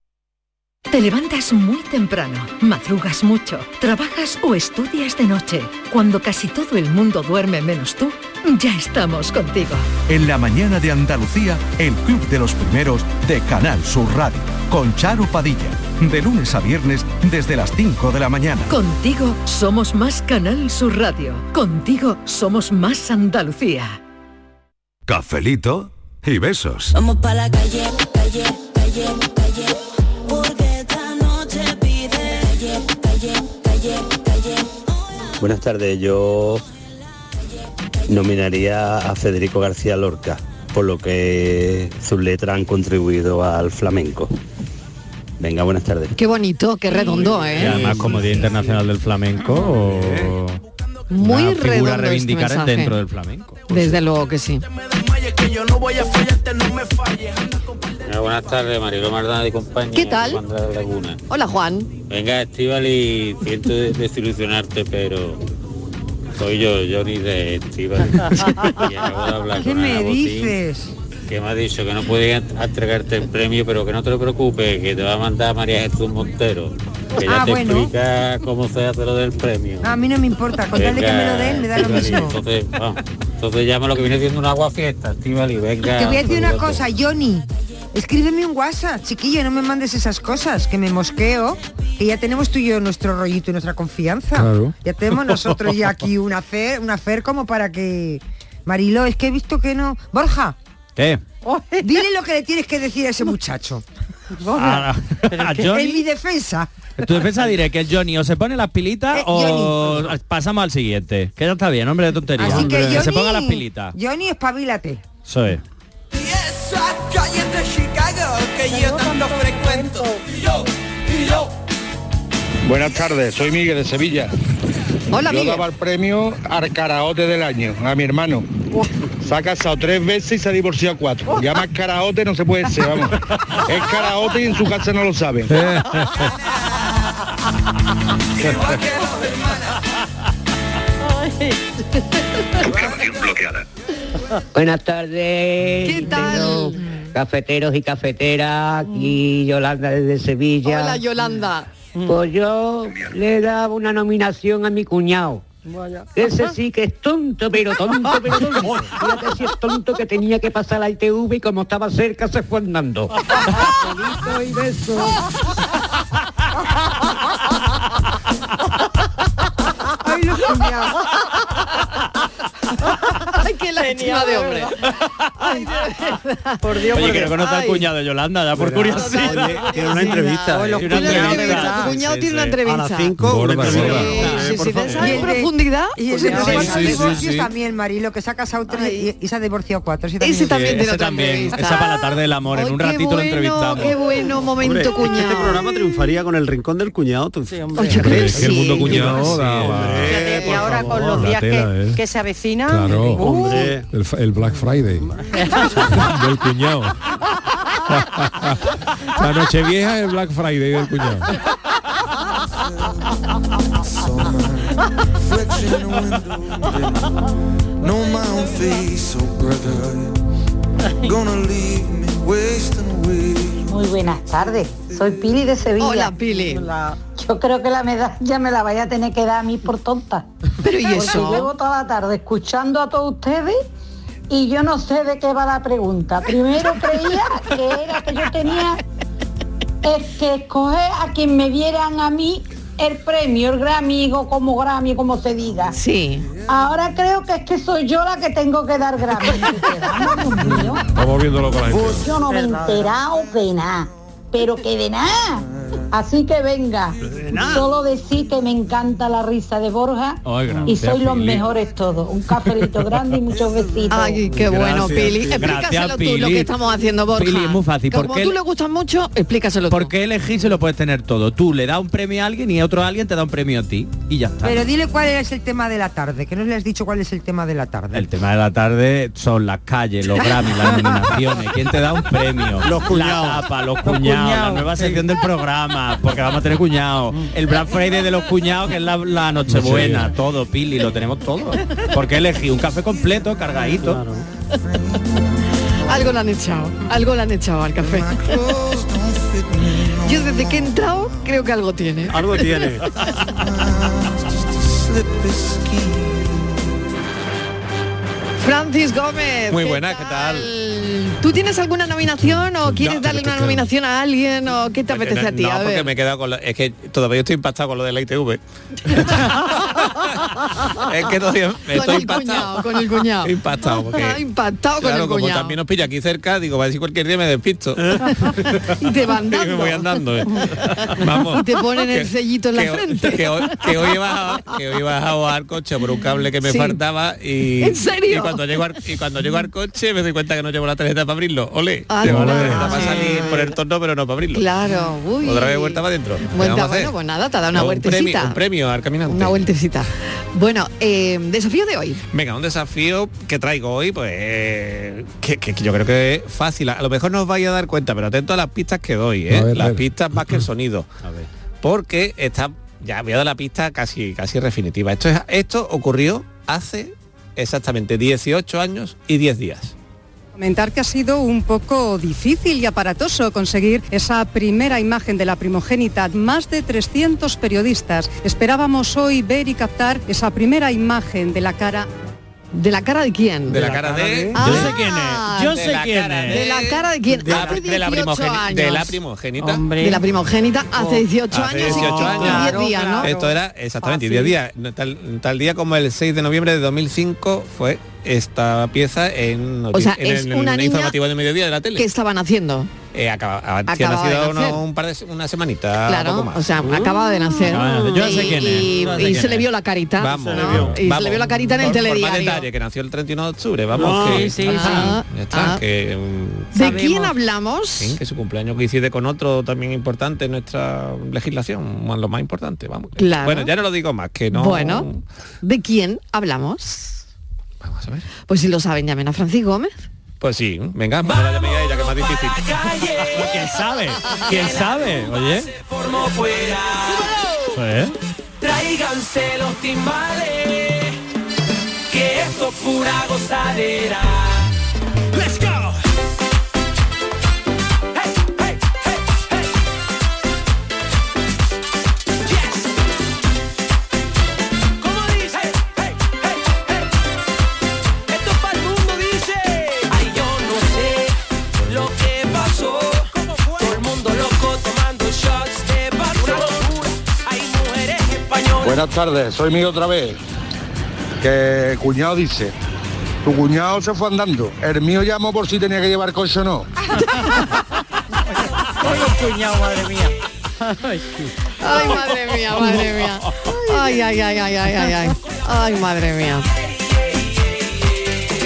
Speaker 9: Te levantas muy temprano, madrugas mucho, trabajas o estudias de noche. Cuando casi todo el mundo duerme menos tú, ya estamos contigo.
Speaker 20: En la mañana de Andalucía, el Club de los Primeros de Canal Sur Radio, con Charo Padilla, de lunes a viernes desde las 5 de la mañana.
Speaker 9: Contigo somos más Canal Sur Radio. Contigo somos más Andalucía.
Speaker 20: Cafelito y besos.
Speaker 18: Vamos pa' la calle, calle, calle, calle. Porque esta noche pide calle, calle, calle, calle.
Speaker 21: Buenas tardes, yo nominaría a Federico García Lorca, por lo que sus letras han contribuido al flamenco. Venga, buenas tardes.
Speaker 4: Qué bonito, qué redondo,
Speaker 3: Y
Speaker 4: ¿eh?
Speaker 3: además como Día Internacional del Flamenco, o
Speaker 4: Muy
Speaker 3: una figura
Speaker 4: redondo
Speaker 3: a
Speaker 4: este
Speaker 3: reivindicar
Speaker 4: mensaje.
Speaker 3: dentro del flamenco.
Speaker 4: Desde luego que sí.
Speaker 6: buenas tardes, Mariló Mardana y compañía.
Speaker 4: ¿Qué tal?
Speaker 6: Juan de la Laguna.
Speaker 4: Hola Juan.
Speaker 6: Venga, Estivali, siento de- desilusionarte, pero soy yo, Johnny
Speaker 7: (laughs)
Speaker 6: de Estivali. Y acabo de hablar
Speaker 7: ¿Qué
Speaker 6: con Ana
Speaker 7: me
Speaker 6: Botín,
Speaker 7: dices?
Speaker 6: que me ha dicho que no podía entregarte el premio, pero que no te preocupes, que te va a mandar María Jesús Montero, que ya
Speaker 7: Ah,
Speaker 6: te
Speaker 7: bueno.
Speaker 6: explica cómo se hace lo del premio.
Speaker 7: A mí no me importa, con tal de Pues que me lo den, me da lo
Speaker 6: Estivali,
Speaker 7: mismo.
Speaker 6: Entonces, vamos, entonces llama lo que viene siendo un agua fiesta, Estivali, venga.
Speaker 7: Te voy a decir una
Speaker 6: saludos.
Speaker 7: cosa, Johnny. Escríbeme un WhatsApp, chiquillo, no me mandes esas cosas, que me mosqueo, que ya tenemos tú y yo nuestro rollito y nuestra confianza.
Speaker 16: Claro.
Speaker 7: Ya tenemos nosotros ya aquí una fer, una fer como para que. Mariló, es que he visto que no. Borja,
Speaker 3: ¿Qué?
Speaker 7: dile lo que le tienes que decir a ese muchacho.
Speaker 3: A, a
Speaker 7: En mi
Speaker 3: Johnny,
Speaker 7: defensa.
Speaker 3: en tu defensa diré que el Johnny o se pone las pilitas o pasamos al siguiente. Que ya está bien, hombre de tontería.
Speaker 7: Así que, Johnny,
Speaker 3: Que se ponga las pilitas.
Speaker 7: Johnny, espabilate.
Speaker 3: Eso es.
Speaker 18: Esas calles de Chicago que yo tanto frecuento.
Speaker 5: Ah,
Speaker 18: Y yo, y yo.
Speaker 9: Buenas tardes, soy Miguel de Sevilla.
Speaker 18: Hola,
Speaker 9: Yo
Speaker 18: Miguel.
Speaker 9: daba el premio al caraote del año, a mi hermano.
Speaker 18: Oh.
Speaker 9: Se ha casado tres veces y se ha divorciado cuatro. Ya más caraote no se puede ser, vamos. Es caraote y en su casa no
Speaker 18: (laughs)
Speaker 9: lo saben.
Speaker 21: Buenas tardes. ¿Qué tal? Cafeteros y cafeteras, aquí Yolanda desde Sevilla.
Speaker 4: Hola Yolanda.
Speaker 21: Pues yo le daba una nominación a mi cuñado. Ese sí que es tonto, pero tonto, pero tonto. Fíjate si es tonto que tenía que pasar la ITV y como estaba cerca se fue andando. Cafelito y besos.
Speaker 7: Ay, los cuñados.
Speaker 4: Ay, qué lástima de hombre. Ay, de verdad.
Speaker 3: Por Dios, Oye,
Speaker 4: por
Speaker 3: quiero
Speaker 4: Dios.
Speaker 3: conocer al
Speaker 4: Ay.
Speaker 3: cuñado de Yolanda, ya por curiosidad.
Speaker 5: Tiene una entrevista.
Speaker 3: Oye,
Speaker 5: ¿eh?
Speaker 3: una entrevista.
Speaker 4: Tu cuñado tiene una entrevista.
Speaker 5: A las 5 una entrevista.
Speaker 4: Sí, sí, de esa
Speaker 7: Y
Speaker 4: en
Speaker 7: el de-
Speaker 4: profundidad.
Speaker 7: Y ese
Speaker 4: Cuidado.
Speaker 7: de
Speaker 5: sí, sí,
Speaker 7: divorcios
Speaker 5: sí.
Speaker 7: también, Marilo, que se ha casado tres y, y se ha divorciado cuatro. Ese también,
Speaker 4: Ese también
Speaker 3: Ese también, esa para la tarde del amor, en un
Speaker 4: Qué
Speaker 3: ratito lo
Speaker 4: bueno,
Speaker 3: entrevistamos.
Speaker 4: qué bueno
Speaker 5: Hombre,
Speaker 4: momento cuñado.
Speaker 5: Este programa triunfaría con el rincón del cuñado. tú-
Speaker 4: Oye, creo que
Speaker 5: Hombre, es que
Speaker 4: sí.
Speaker 5: el mundo cuñado da-
Speaker 21: Y ahora
Speaker 10: ahora con los
Speaker 8: Eh, La
Speaker 10: días
Speaker 8: tela,
Speaker 10: que,
Speaker 8: ¿eh?
Speaker 10: que se avecinan.
Speaker 8: Claro,
Speaker 10: Uh.
Speaker 8: el, el Black Friday
Speaker 10: (laughs)
Speaker 8: del
Speaker 6: (laughs)
Speaker 8: cuñado. La noche vieja es el Black Friday del cuñado.
Speaker 22: Reflection in the window. Know my own face, oh brother. Gonna leave me wasting away.
Speaker 23: Muy buenas tardes, soy Pili de Sevilla.
Speaker 3: Hola, Pili.
Speaker 23: Yo creo que la medalla me la vaya a tener que dar a mí por tonta.
Speaker 3: Pero, ¿y
Speaker 23: Porque
Speaker 3: eso?
Speaker 23: llevo toda la tarde escuchando a todos ustedes y yo no sé de qué va la pregunta. Primero creía que era que yo tenía es que escoger a quien me dieran a mí el premio, el Grammy o como Grammy, como se diga.
Speaker 3: Sí.
Speaker 23: Ahora creo que es que soy yo la que tengo que dar Grammy.
Speaker 8: Estamos viéndolo con la gente.
Speaker 23: Pues Yo no me he enterado de nada, pero que de nada.
Speaker 6: Ah.
Speaker 23: Así que venga, solo decir que me encanta la risa de Borja
Speaker 8: Ay,
Speaker 23: y
Speaker 6: Ah,
Speaker 8: gracias,
Speaker 23: soy los
Speaker 8: Pili.
Speaker 23: mejores todos. Un
Speaker 6: (laughs)
Speaker 23: cafelito grande y muchos besitos.
Speaker 3: Ay, qué bueno, Pili. Explícaselo tú lo
Speaker 6: Pili.
Speaker 3: que estamos haciendo, Borja.
Speaker 6: Pili, es muy fácil.
Speaker 3: Como
Speaker 6: ¿Por qué
Speaker 3: tú
Speaker 6: le-
Speaker 3: le gustas mucho, explícaselo tú.
Speaker 6: Porque elegir se lo puedes tener todo. Tú le das un premio a alguien y otro alguien te da un premio a ti. Y ya está.
Speaker 7: Pero dile cuál es el tema de la tarde, que no le has dicho cuál es el tema de la tarde.
Speaker 6: El tema de la tarde son las calles, los Grammy,
Speaker 3: (laughs)
Speaker 6: las nominaciones, quién te da un premio,
Speaker 7: Los cuñados.
Speaker 6: la tapa, los
Speaker 7: Los
Speaker 6: cuñados, la
Speaker 7: cuñados,
Speaker 6: nueva sección del programa, porque vamos a tener cuñados,
Speaker 3: Mm.
Speaker 6: el Black Friday de los cuñados, que es la, la Nochebuena,
Speaker 8: Sí.
Speaker 6: todo, Pili, lo tenemos todo. Porque elegí un café completo, cargadito.
Speaker 3: Algo le han echado, algo le han echado al café. Yo desde que he entrado creo que algo tiene.
Speaker 24: Algo tiene.
Speaker 3: (laughs) Francis Gómez.
Speaker 8: Muy
Speaker 3: ¿qué
Speaker 8: buenas, ¿qué tal?
Speaker 3: tal? ¿Tú tienes alguna nominación o quieres darle una nominación a alguien o qué te apetece a ti?
Speaker 11: No,
Speaker 3: a
Speaker 11: porque
Speaker 3: ver.
Speaker 11: me he quedado con la- Es que todavía estoy impactado con lo de la ITV.
Speaker 3: (laughs)
Speaker 11: es que todavía me
Speaker 3: Con
Speaker 11: estoy
Speaker 3: el
Speaker 11: impactado.
Speaker 3: cuñado, con el cuñado.
Speaker 11: Estoy impactado. Porque,
Speaker 3: Ah, Impactado con
Speaker 11: claro,
Speaker 3: el
Speaker 11: como
Speaker 3: cuñado.
Speaker 11: también nos pilla aquí cerca, digo, va a decir cualquier día me
Speaker 3: (laughs)
Speaker 11: despisto.
Speaker 3: Y te van
Speaker 11: me voy
Speaker 3: dando.
Speaker 11: andando.
Speaker 3: (laughs)
Speaker 11: eh. Vamos.
Speaker 3: Y te ponen el
Speaker 11: Que-
Speaker 3: sellito en la
Speaker 11: que,
Speaker 3: frente.
Speaker 11: que hoy, que hoy he bajado, que hoy he bajado al coche por un cable que me
Speaker 3: Sí.
Speaker 11: faltaba y,
Speaker 3: ¿En serio?
Speaker 11: y cuando llego al, y cuando llego al coche me doy cuenta que no llevo la tarjeta para abrirlo. Ole,
Speaker 3: Ah,
Speaker 11: llevo
Speaker 3: no.
Speaker 11: la tarjeta para salir por el torno, pero no para abrirlo.
Speaker 3: Claro, uy.
Speaker 11: Otra vez vuelta para adentro. ¿Qué
Speaker 3: Vuelta,
Speaker 11: vamos a hacer?
Speaker 3: bueno, pues nada, te ha dado una
Speaker 11: No, un
Speaker 3: vueltecita.
Speaker 11: premio, un premio al caminante.
Speaker 3: Una vueltecita. Bueno, eh, desafío de hoy.
Speaker 11: Venga, un desafío que traigo hoy, pues eh, que, que- que yo creo que es fácil. A lo mejor no os vais a dar cuenta, pero atento a las pistas que doy, ¿eh?
Speaker 8: A ver, a
Speaker 11: las
Speaker 8: ver.
Speaker 11: pistas más que el sonido. Porque está. Ya voy a dar la pista casi, casi definitiva. Esto, es, esto ocurrió hace exactamente 18 años y 10 días.
Speaker 25: Comentar que ha sido un poco difícil y aparatoso conseguir esa primera imagen de la primogénita. Más de 300 periodistas esperábamos hoy ver y captar esa primera imagen de la cara.
Speaker 3: ¿De la cara de quién?
Speaker 11: De, la cara de.
Speaker 3: Ah,
Speaker 11: Yo
Speaker 3: sé
Speaker 11: quién
Speaker 3: es, yo sé quién es. ¿De la cara de quién?
Speaker 11: De la,
Speaker 3: Hace
Speaker 11: de la
Speaker 3: 18
Speaker 11: primogeni- de la
Speaker 3: años.
Speaker 11: primogénita.
Speaker 3: De la primogénita
Speaker 25: Oh,
Speaker 3: hace 18
Speaker 11: Hace
Speaker 3: años.
Speaker 11: 18
Speaker 3: y
Speaker 11: años.
Speaker 3: 10 días, ¿no?
Speaker 11: Esto era exactamente 10 días. No, Tal, tal día como el 6 de noviembre de 2005 fue esta pieza en, noti-
Speaker 3: O sea,
Speaker 11: en
Speaker 3: es
Speaker 11: el,
Speaker 3: una
Speaker 11: en el
Speaker 3: niña
Speaker 11: informativo de mediodía de la tele.
Speaker 3: ¿Qué estaban haciendo?
Speaker 11: Eh, acaba, ha- que ha
Speaker 3: Acababa de
Speaker 11: nacido
Speaker 3: nacer.
Speaker 11: uno- un par de se- una semanita. Ah, poco
Speaker 3: Claro,
Speaker 11: más.
Speaker 3: o sea, acaba de nacer.
Speaker 11: Acaba de nacer. Yo
Speaker 3: y,
Speaker 11: sé quién es.
Speaker 3: y-
Speaker 11: Yo sé
Speaker 3: y
Speaker 11: quién
Speaker 3: se le
Speaker 11: es.
Speaker 3: vio la carita.
Speaker 11: Vamos,
Speaker 3: ¿no? Y se le vio la carita en el
Speaker 11: Por- Por más
Speaker 3: telediario.
Speaker 11: detalle, que nació el 31 de octubre, vamos.
Speaker 3: No.
Speaker 11: que,
Speaker 3: Sí, sí,
Speaker 11: Ah,
Speaker 3: sí.
Speaker 11: ya está,
Speaker 3: Ah.
Speaker 11: que, mm,
Speaker 3: ¿De quién hablamos?
Speaker 11: sí, que su cumpleaños coincide con otro también importante en nuestra legislación, lo más importante, vamos.
Speaker 3: Claro.
Speaker 11: Bueno, ya no lo digo más, que no...
Speaker 3: Bueno, ¿de quién hablamos? Vamos
Speaker 11: a ver.
Speaker 3: Pues si lo saben, llamen a Francis Gómez.
Speaker 11: Pues sí, venga, pues la llamé a ella, que es más difícil.
Speaker 6: Pues, ¿Quién sabe? ¿Quién sabe? Oye. Pues,
Speaker 4: Formó fuera.
Speaker 6: eso
Speaker 11: Pues,
Speaker 6: es.
Speaker 4: Tráiganse los timbales. Que esto es pura gozadera. Let's go. Hey, hey, hey, hey. Yes. ¿Cómo dice? Hey, hey, hey, hey. Esto es pa'l mundo, dice. Ay, yo no sé lo que pasó. Todo el mundo loco tomando shots de basura. Hay mujeres españolas.
Speaker 9: Buenas tardes, soy mío otra vez. Que cuñado dice, tu cuñado se fue andando, el mío llamó por si tenía que llevar coche o no.
Speaker 18: (laughs)
Speaker 4: cuñado, madre mía.
Speaker 3: Ay, madre mía, madre mía. Ay, ay, ay, ay, ay, ay, ay. Ay, madre mía.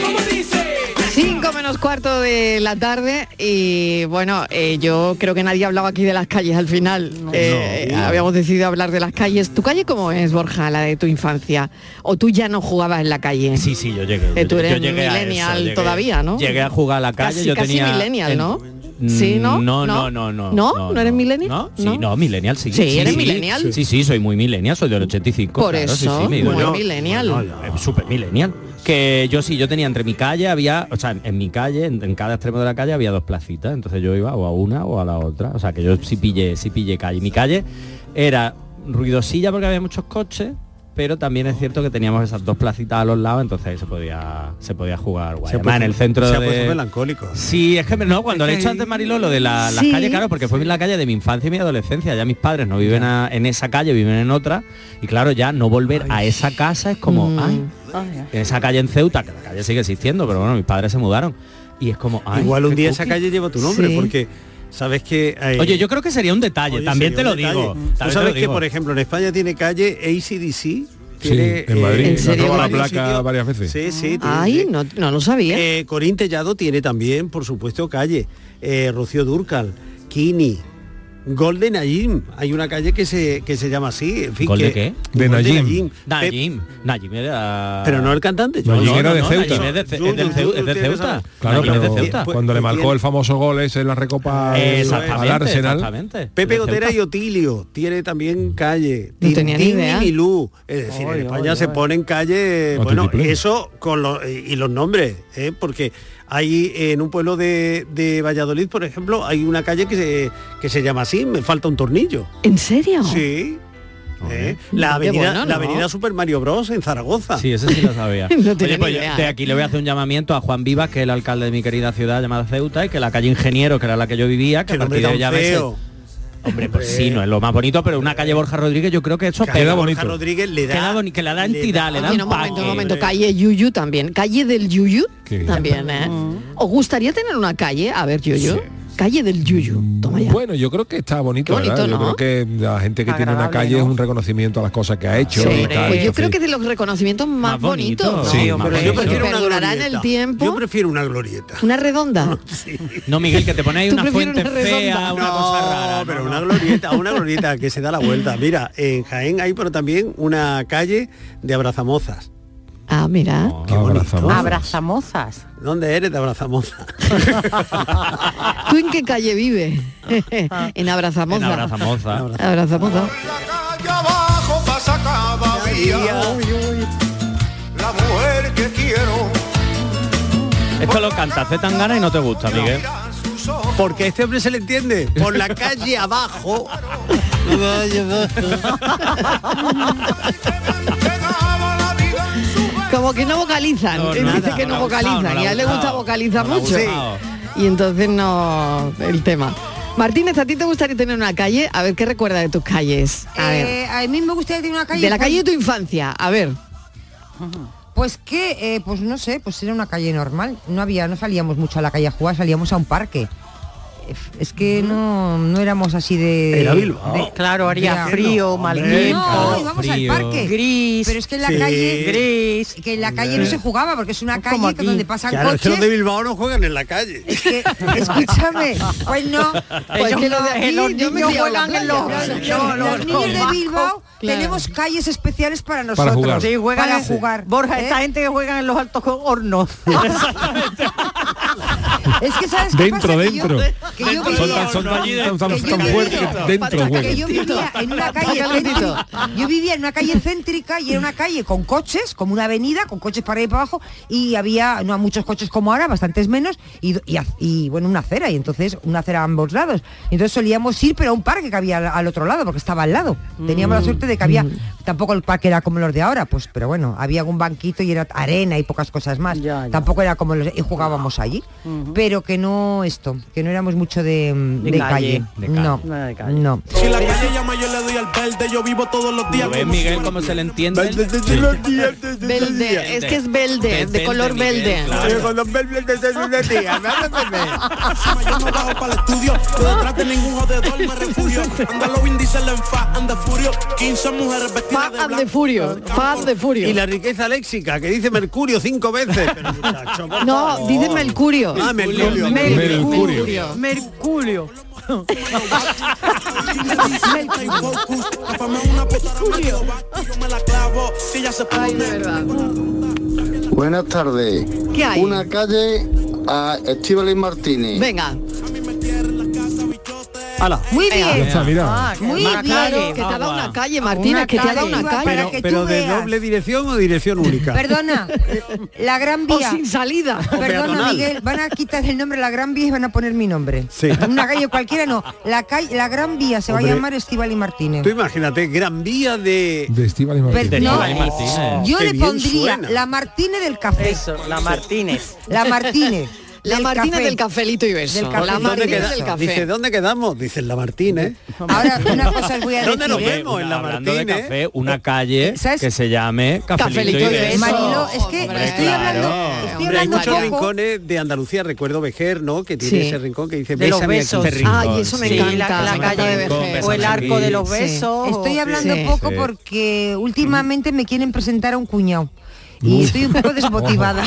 Speaker 4: ¿Cómo dice?
Speaker 3: Cinco menos cuarto de la tarde y bueno, eh, yo creo que nadie ha hablado aquí de las calles al final. Eh, Habíamos decidido hablar de las calles. ¿Tu calle cómo es, Borja, la de tu infancia? ¿O tú ya no jugabas en la calle?
Speaker 6: Sí, sí, yo llegué.
Speaker 3: Eh, tú
Speaker 6: yo- yo
Speaker 3: eres
Speaker 6: llegué a eso,
Speaker 3: millennial
Speaker 6: llegué-
Speaker 3: todavía, ¿no?
Speaker 6: Llegué a jugar a la calle,
Speaker 3: casi,
Speaker 6: yo
Speaker 3: casi
Speaker 6: tenía...
Speaker 3: millennial,
Speaker 6: en- Mm,
Speaker 3: ¿no? Sí, ¿no?
Speaker 6: No, no, no, no.
Speaker 3: ¿No? ¿No, eres millennial?
Speaker 6: Sí, no, millennial, sí.
Speaker 3: Sí, eres millennial.
Speaker 6: Sí, sí, soy muy millennial, soy del 85.
Speaker 3: Por
Speaker 6: claro, sí,
Speaker 3: eso,
Speaker 6: sí, mi-
Speaker 3: muy
Speaker 6: bueno,
Speaker 3: millennial.
Speaker 6: eh, Súper millennial. Que yo sí, yo tenía entre mi calle, había, o sea, en, en mi calle, en, en cada extremo de la calle había dos placitas, entonces yo iba o a una o a la otra, o sea, que yo sí pillé, sí pillé calle. Mi calle era ruidosilla porque había muchos coches, pero también es cierto que teníamos esas dos placitas a los lados, entonces ahí se podía, se podía jugar guay.
Speaker 5: Se ha
Speaker 6: Además, en
Speaker 5: puesto-
Speaker 6: el centro
Speaker 5: se ha
Speaker 6: de-
Speaker 5: puesto melancólico.
Speaker 6: Sí, es que no, cuando le he hecho antes Mariló lo de la- las
Speaker 5: Sí.
Speaker 6: calles, claro, porque fue en la calle de mi infancia y mi adolescencia. Ya mis padres no viven a- en esa calle, viven en otra. Y claro, ya no volver a esa casa es como, ay, en esa calle en Ceuta, que la calle sigue existiendo, pero bueno, mis padres se mudaron. Y es como, ay,
Speaker 5: Igual un
Speaker 6: qué
Speaker 5: día esa
Speaker 6: cookie.
Speaker 5: calle lleva tu nombre,
Speaker 6: Sí.
Speaker 5: porque sabes que... eh,
Speaker 6: Oye, yo creo que sería un detalle,
Speaker 5: oye,
Speaker 6: también
Speaker 5: sería
Speaker 6: te lo
Speaker 5: un detalle.
Speaker 6: digo. también te
Speaker 5: Tú
Speaker 6: lo
Speaker 5: sabes que,
Speaker 6: digo.
Speaker 5: por ejemplo, en España tiene calle ACDC. Tiene, eh,
Speaker 4: en Madrid, ¿En se serio? roba la
Speaker 5: varios
Speaker 4: placa
Speaker 5: sitios.
Speaker 4: varias veces.
Speaker 5: Sí, sí.
Speaker 3: Ay, no, lo sabía.
Speaker 5: Eh, Corín Tellado tiene también, por supuesto, calle. Eh, Rocío Durcal, Kini, Golden Najim. Hay una calle que se, que se llama así. En fin,
Speaker 6: ¿Gol de
Speaker 5: que-
Speaker 6: qué?
Speaker 5: Gol De Najim.
Speaker 6: Najim. Najim era...
Speaker 5: Pero no el cantante. yo-
Speaker 6: Najim
Speaker 5: No,
Speaker 6: era
Speaker 5: no,
Speaker 6: de
Speaker 5: no,
Speaker 6: Ceuta.
Speaker 5: Najim
Speaker 6: Es de Ce- es del
Speaker 5: Tú- tú-
Speaker 6: Ceu- es de
Speaker 5: tú tienes
Speaker 6: Ceuta.
Speaker 5: razón.
Speaker 4: Claro,
Speaker 6: Najim es de
Speaker 4: pero
Speaker 6: Ceuta.
Speaker 4: cuando le
Speaker 5: Pues
Speaker 4: marcó el famoso gol ese en la recopa
Speaker 8: Ah,
Speaker 4: al-
Speaker 6: Exactamente,
Speaker 4: al Arsenal.
Speaker 6: exactamente.
Speaker 5: Pepe Gotera y Otilio tiene también calle.
Speaker 3: No tenía ni
Speaker 5: Tintín
Speaker 3: idea.
Speaker 5: y Milú. Es decir, en España se pone en calle, bueno, eso con los, y los nombres, ¿eh? porque hay en un pueblo de, de Valladolid, por ejemplo, hay una calle que se, que se llama así, me falta un tornillo.
Speaker 3: ¿En serio?
Speaker 5: Sí. ¿eh? La,
Speaker 6: Qué
Speaker 5: avenida,
Speaker 6: bueno,
Speaker 5: la
Speaker 6: ¿no?
Speaker 5: avenida Super Mario Bros. en Zaragoza.
Speaker 6: Sí, eso sí lo sabía.
Speaker 5: Ah. No tenía
Speaker 6: Oye, pues
Speaker 5: ni
Speaker 6: yo
Speaker 5: idea,
Speaker 6: de
Speaker 5: ¿eh?
Speaker 6: aquí le voy a hacer un llamamiento a Juan Vivas, que es el alcalde de mi querida ciudad llamada Ceuta, y que la calle Ingeniero, que era la que yo vivía, que a
Speaker 5: nombre
Speaker 6: partir de
Speaker 5: tan
Speaker 6: hoy ya ves-
Speaker 5: feo.
Speaker 6: Hombre, pues sí, no es lo más bonito, pero una calle Borja Rodríguez, yo creo que eso
Speaker 5: Calle
Speaker 6: pega
Speaker 5: Borja
Speaker 6: bonito.
Speaker 5: Rodríguez le da-
Speaker 6: Queda boni- que le da entidad, le da,
Speaker 3: Oye, no, un
Speaker 6: empaque.
Speaker 3: momento, un momento. Calle Yuyu también. Calle del Yuyu también, ¿eh? ¿Os gustaría tener una calle? A ver, Yuyu. Calle del Yuyu. Toma ya.
Speaker 4: Bueno, yo creo que está bonito,
Speaker 3: Qué bonito,
Speaker 4: ¿verdad? Yo
Speaker 3: ¿no?
Speaker 4: creo que la gente que tiene una
Speaker 3: Agradable,
Speaker 4: calle es un reconocimiento a las cosas que ha hecho.
Speaker 3: Sí,
Speaker 4: y
Speaker 3: hombre.
Speaker 4: tal,
Speaker 3: Pues yo
Speaker 4: entonces-
Speaker 3: creo que es de los reconocimientos más, bonitos. ¿no?
Speaker 4: Sí,
Speaker 5: pero yo
Speaker 4: más bonito.
Speaker 5: prefiero una
Speaker 3: Perdurará en
Speaker 5: glorieta.
Speaker 3: el tiempo.
Speaker 5: Yo prefiero una glorieta.
Speaker 3: Una redonda.
Speaker 6: No, Miguel, que te ponéis
Speaker 3: Tú
Speaker 6: una
Speaker 3: prefieres
Speaker 6: fuente
Speaker 3: una redonda.
Speaker 6: fea, una cosa rara.
Speaker 5: pero una glorieta, una glorieta que se da la vuelta. Mira, en Jaén hay pero también una calle de abrazamozas.
Speaker 3: Ah, mira.
Speaker 5: abrazamozas.
Speaker 1: Abrazamozas.
Speaker 5: ¿Dónde eres de
Speaker 3: (laughs)
Speaker 5: abrazamozas?
Speaker 3: (laughs) ¿Tú en qué calle vives? (laughs) en Abrazamoza.
Speaker 5: En Abrazamoza.
Speaker 3: Abrazamoza.
Speaker 2: abajo pasa cada día. La mujer que quiero,
Speaker 6: Esto lo cantas de tan gana y no te gusta, Miguel.
Speaker 5: Porque a este hombre se le entiende. Por
Speaker 6: (laughs)
Speaker 5: la calle abajo.
Speaker 4: (laughs)
Speaker 3: Como que no vocalizan.
Speaker 5: No,
Speaker 3: Él
Speaker 5: nada,
Speaker 3: dice que
Speaker 5: no
Speaker 3: no,
Speaker 5: le ha
Speaker 3: vocalizan.
Speaker 5: gustado, no le
Speaker 3: y
Speaker 5: ha
Speaker 3: a él le gusta
Speaker 5: gustado.
Speaker 3: vocalizar
Speaker 5: No le ha
Speaker 3: mucho.
Speaker 5: gustado.
Speaker 3: Y entonces no el tema. Martínez, ¿a ti te gustaría tener una calle? A ver, ¿qué recuerda de tus calles? A ver.
Speaker 7: Eh, a mí me gustaría tener una calle.
Speaker 3: de la
Speaker 7: pues-
Speaker 3: calle de tu infancia. A ver.
Speaker 7: Pues que, eh, pues no sé, pues era una calle normal. No había, no salíamos mucho a la calle a jugar, salíamos a un parque. Es que no, no éramos así de.
Speaker 1: Era Bilbao. Claro, haría frío, mal tiempo.
Speaker 7: No, íbamos
Speaker 1: Frío.
Speaker 7: al parque. Gris. Pero es que en la
Speaker 1: Sí.
Speaker 7: calle.
Speaker 1: Gris.
Speaker 7: Que en la calle no se jugaba porque es una
Speaker 5: como
Speaker 7: calle
Speaker 5: aquí.
Speaker 7: donde pasan
Speaker 5: Claro, es
Speaker 7: coches.
Speaker 5: que los de Bilbao no juegan en la calle.
Speaker 7: (laughs) Escúchame. Pues no.
Speaker 5: Ellos
Speaker 7: Pues que los de
Speaker 5: no,
Speaker 7: aquí,
Speaker 5: los
Speaker 7: yo me
Speaker 5: niños
Speaker 7: he quedado
Speaker 5: juegan en
Speaker 7: la
Speaker 5: los-
Speaker 7: playa.
Speaker 5: no, no,
Speaker 7: Los
Speaker 5: no.
Speaker 7: niños de Bilbao
Speaker 1: Claro.
Speaker 7: tenemos calles especiales para
Speaker 1: Nosotros.
Speaker 7: nosotros.
Speaker 1: Sí, juegan
Speaker 7: para
Speaker 1: en-
Speaker 7: jugar.
Speaker 1: Borja,
Speaker 7: ¿eh?
Speaker 1: esta gente que juegan en los altos con
Speaker 8: (laughs)
Speaker 1: hornos.
Speaker 7: Es que sabes
Speaker 1: Dentro,
Speaker 7: qué pasa?
Speaker 1: dentro.
Speaker 7: Que yo, que yo
Speaker 1: Dentro, son
Speaker 7: vivía-
Speaker 1: tan- son tan-
Speaker 7: que yo
Speaker 1: tan- tan-
Speaker 7: vivía-
Speaker 1: tan fuertes que dentro
Speaker 7: que
Speaker 1: juegan.
Speaker 7: yo vivía en una calle céntrica, yo vivía en una calle céntrica y era una calle con coches, como una avenida, con coches para ir para abajo y había no muchos coches como ahora, bastantes menos y, y ac- y, bueno una acera y entonces una acera a ambos lados. Entonces solíamos ir pero a un parque que había al, al otro lado porque estaba al lado. Teníamos la suerte de que había tampoco el parque era como los de ahora, pues pero bueno había un banquito y era arena y pocas cosas más. Tampoco era como los y jugábamos allí. pero que no esto, que no éramos mucho de, mm,
Speaker 4: De
Speaker 7: de
Speaker 4: calle.
Speaker 7: calle.
Speaker 4: De
Speaker 6: calle.
Speaker 7: No,
Speaker 6: Nada de
Speaker 7: no.
Speaker 4: Si la calle llama, yo le doy al verde. Yo vivo todos los días.
Speaker 6: ¿Ves,
Speaker 4: como
Speaker 6: Miguel,
Speaker 4: si-
Speaker 6: cómo se le entiende?
Speaker 3: Verde, es que es verde, de color
Speaker 4: Miguel,
Speaker 3: verde.
Speaker 4: claro. Sí, con los verdes de esos de
Speaker 3: (laughs)
Speaker 4: día, nada de ver. Encima Yo no bajo para el estudio, yo detrás de ningún jodedor me refugio. Anda los índices, la enfa, anda furio. 15 mujeres vestidas de blanco.
Speaker 3: Furio, fan de Furio.
Speaker 5: Y la riqueza léxica, que dice Mercurio cinco
Speaker 3: (laughs)
Speaker 5: veces. Pero, muchacho, por
Speaker 3: No,
Speaker 5: favor.
Speaker 3: dice Mercurio.
Speaker 5: Ah, Mercurio.
Speaker 3: Mercurio.
Speaker 10: (laughs) Mercurio.
Speaker 15: Buenas tardes.
Speaker 3: ¿Qué hay?
Speaker 15: Una calle a Estíbaliz Martínez.
Speaker 3: Venga.
Speaker 7: Muy
Speaker 15: Venga.
Speaker 3: bien.
Speaker 15: Ya está, mira.
Speaker 3: Ah, Muy
Speaker 5: Una
Speaker 3: bien.
Speaker 5: calle.
Speaker 3: Que te ha dado una calle,
Speaker 7: Una
Speaker 3: Martina, que te ha dado
Speaker 7: calle.
Speaker 3: una calle.
Speaker 5: Pero, pero de doble dirección o dirección única.
Speaker 7: Perdona, la Gran
Speaker 3: O
Speaker 7: Vía.
Speaker 3: sin salida.
Speaker 5: O
Speaker 7: (laughs) Perdona,
Speaker 5: peatonal.
Speaker 7: Miguel, van a quitar el nombre de la Gran Vía y van a poner mi nombre.
Speaker 5: Sí.
Speaker 7: Una calle cualquiera no. La calle, la Gran Vía se va a
Speaker 5: Hombre.
Speaker 7: llamar Estival y Martínez.
Speaker 5: Tú imagínate, Gran Vía de...
Speaker 8: De Estíbaliz
Speaker 7: Martínez. De
Speaker 5: No.
Speaker 7: Estíbaliz
Speaker 5: Oh,
Speaker 7: Yo
Speaker 5: qué
Speaker 7: le
Speaker 5: bien
Speaker 7: pondría
Speaker 5: suena.
Speaker 7: la Martínez del café.
Speaker 10: la Martínez.
Speaker 7: La Martínez.
Speaker 3: (laughs) La Martínez del cafelito y beso.
Speaker 7: Del café.
Speaker 3: La
Speaker 7: ¿Dónde
Speaker 3: Martínez
Speaker 7: queda-
Speaker 3: del café.
Speaker 5: Dice, ¿dónde quedamos? Dice en la Martínez.
Speaker 7: Ahora, una cosa os voy a decir.
Speaker 5: ¿Dónde nos
Speaker 7: ¿eh?
Speaker 5: vemos? En la
Speaker 6: Hablando de
Speaker 5: Martínez.
Speaker 6: café, una calle que se llame Cafelito, y Beso.
Speaker 7: Mariló, es que estoy hablando, estoy
Speaker 5: Hombre, hay
Speaker 7: hablando
Speaker 5: muchos
Speaker 7: poco.
Speaker 5: rincones de de Andalucía, recuerdo Vejer, ¿no? Que tiene
Speaker 10: Sí.
Speaker 5: ese rincón que dice
Speaker 10: De los
Speaker 5: "Bésame aquí".
Speaker 10: besos.
Speaker 5: Este rincón,
Speaker 10: Ay, eso me
Speaker 5: sí.
Speaker 10: encanta, la calle de
Speaker 5: rincón,
Speaker 10: Vejer. O
Speaker 5: bésame
Speaker 10: el arco
Speaker 5: aquí.
Speaker 10: de los
Speaker 7: Sí.
Speaker 10: besos.
Speaker 7: Estoy hablando
Speaker 10: Sí.
Speaker 7: poco
Speaker 10: Sí.
Speaker 7: porque últimamente me quieren presentar a un cuñado. Y estoy un poco
Speaker 5: (laughs)
Speaker 7: desmotivada.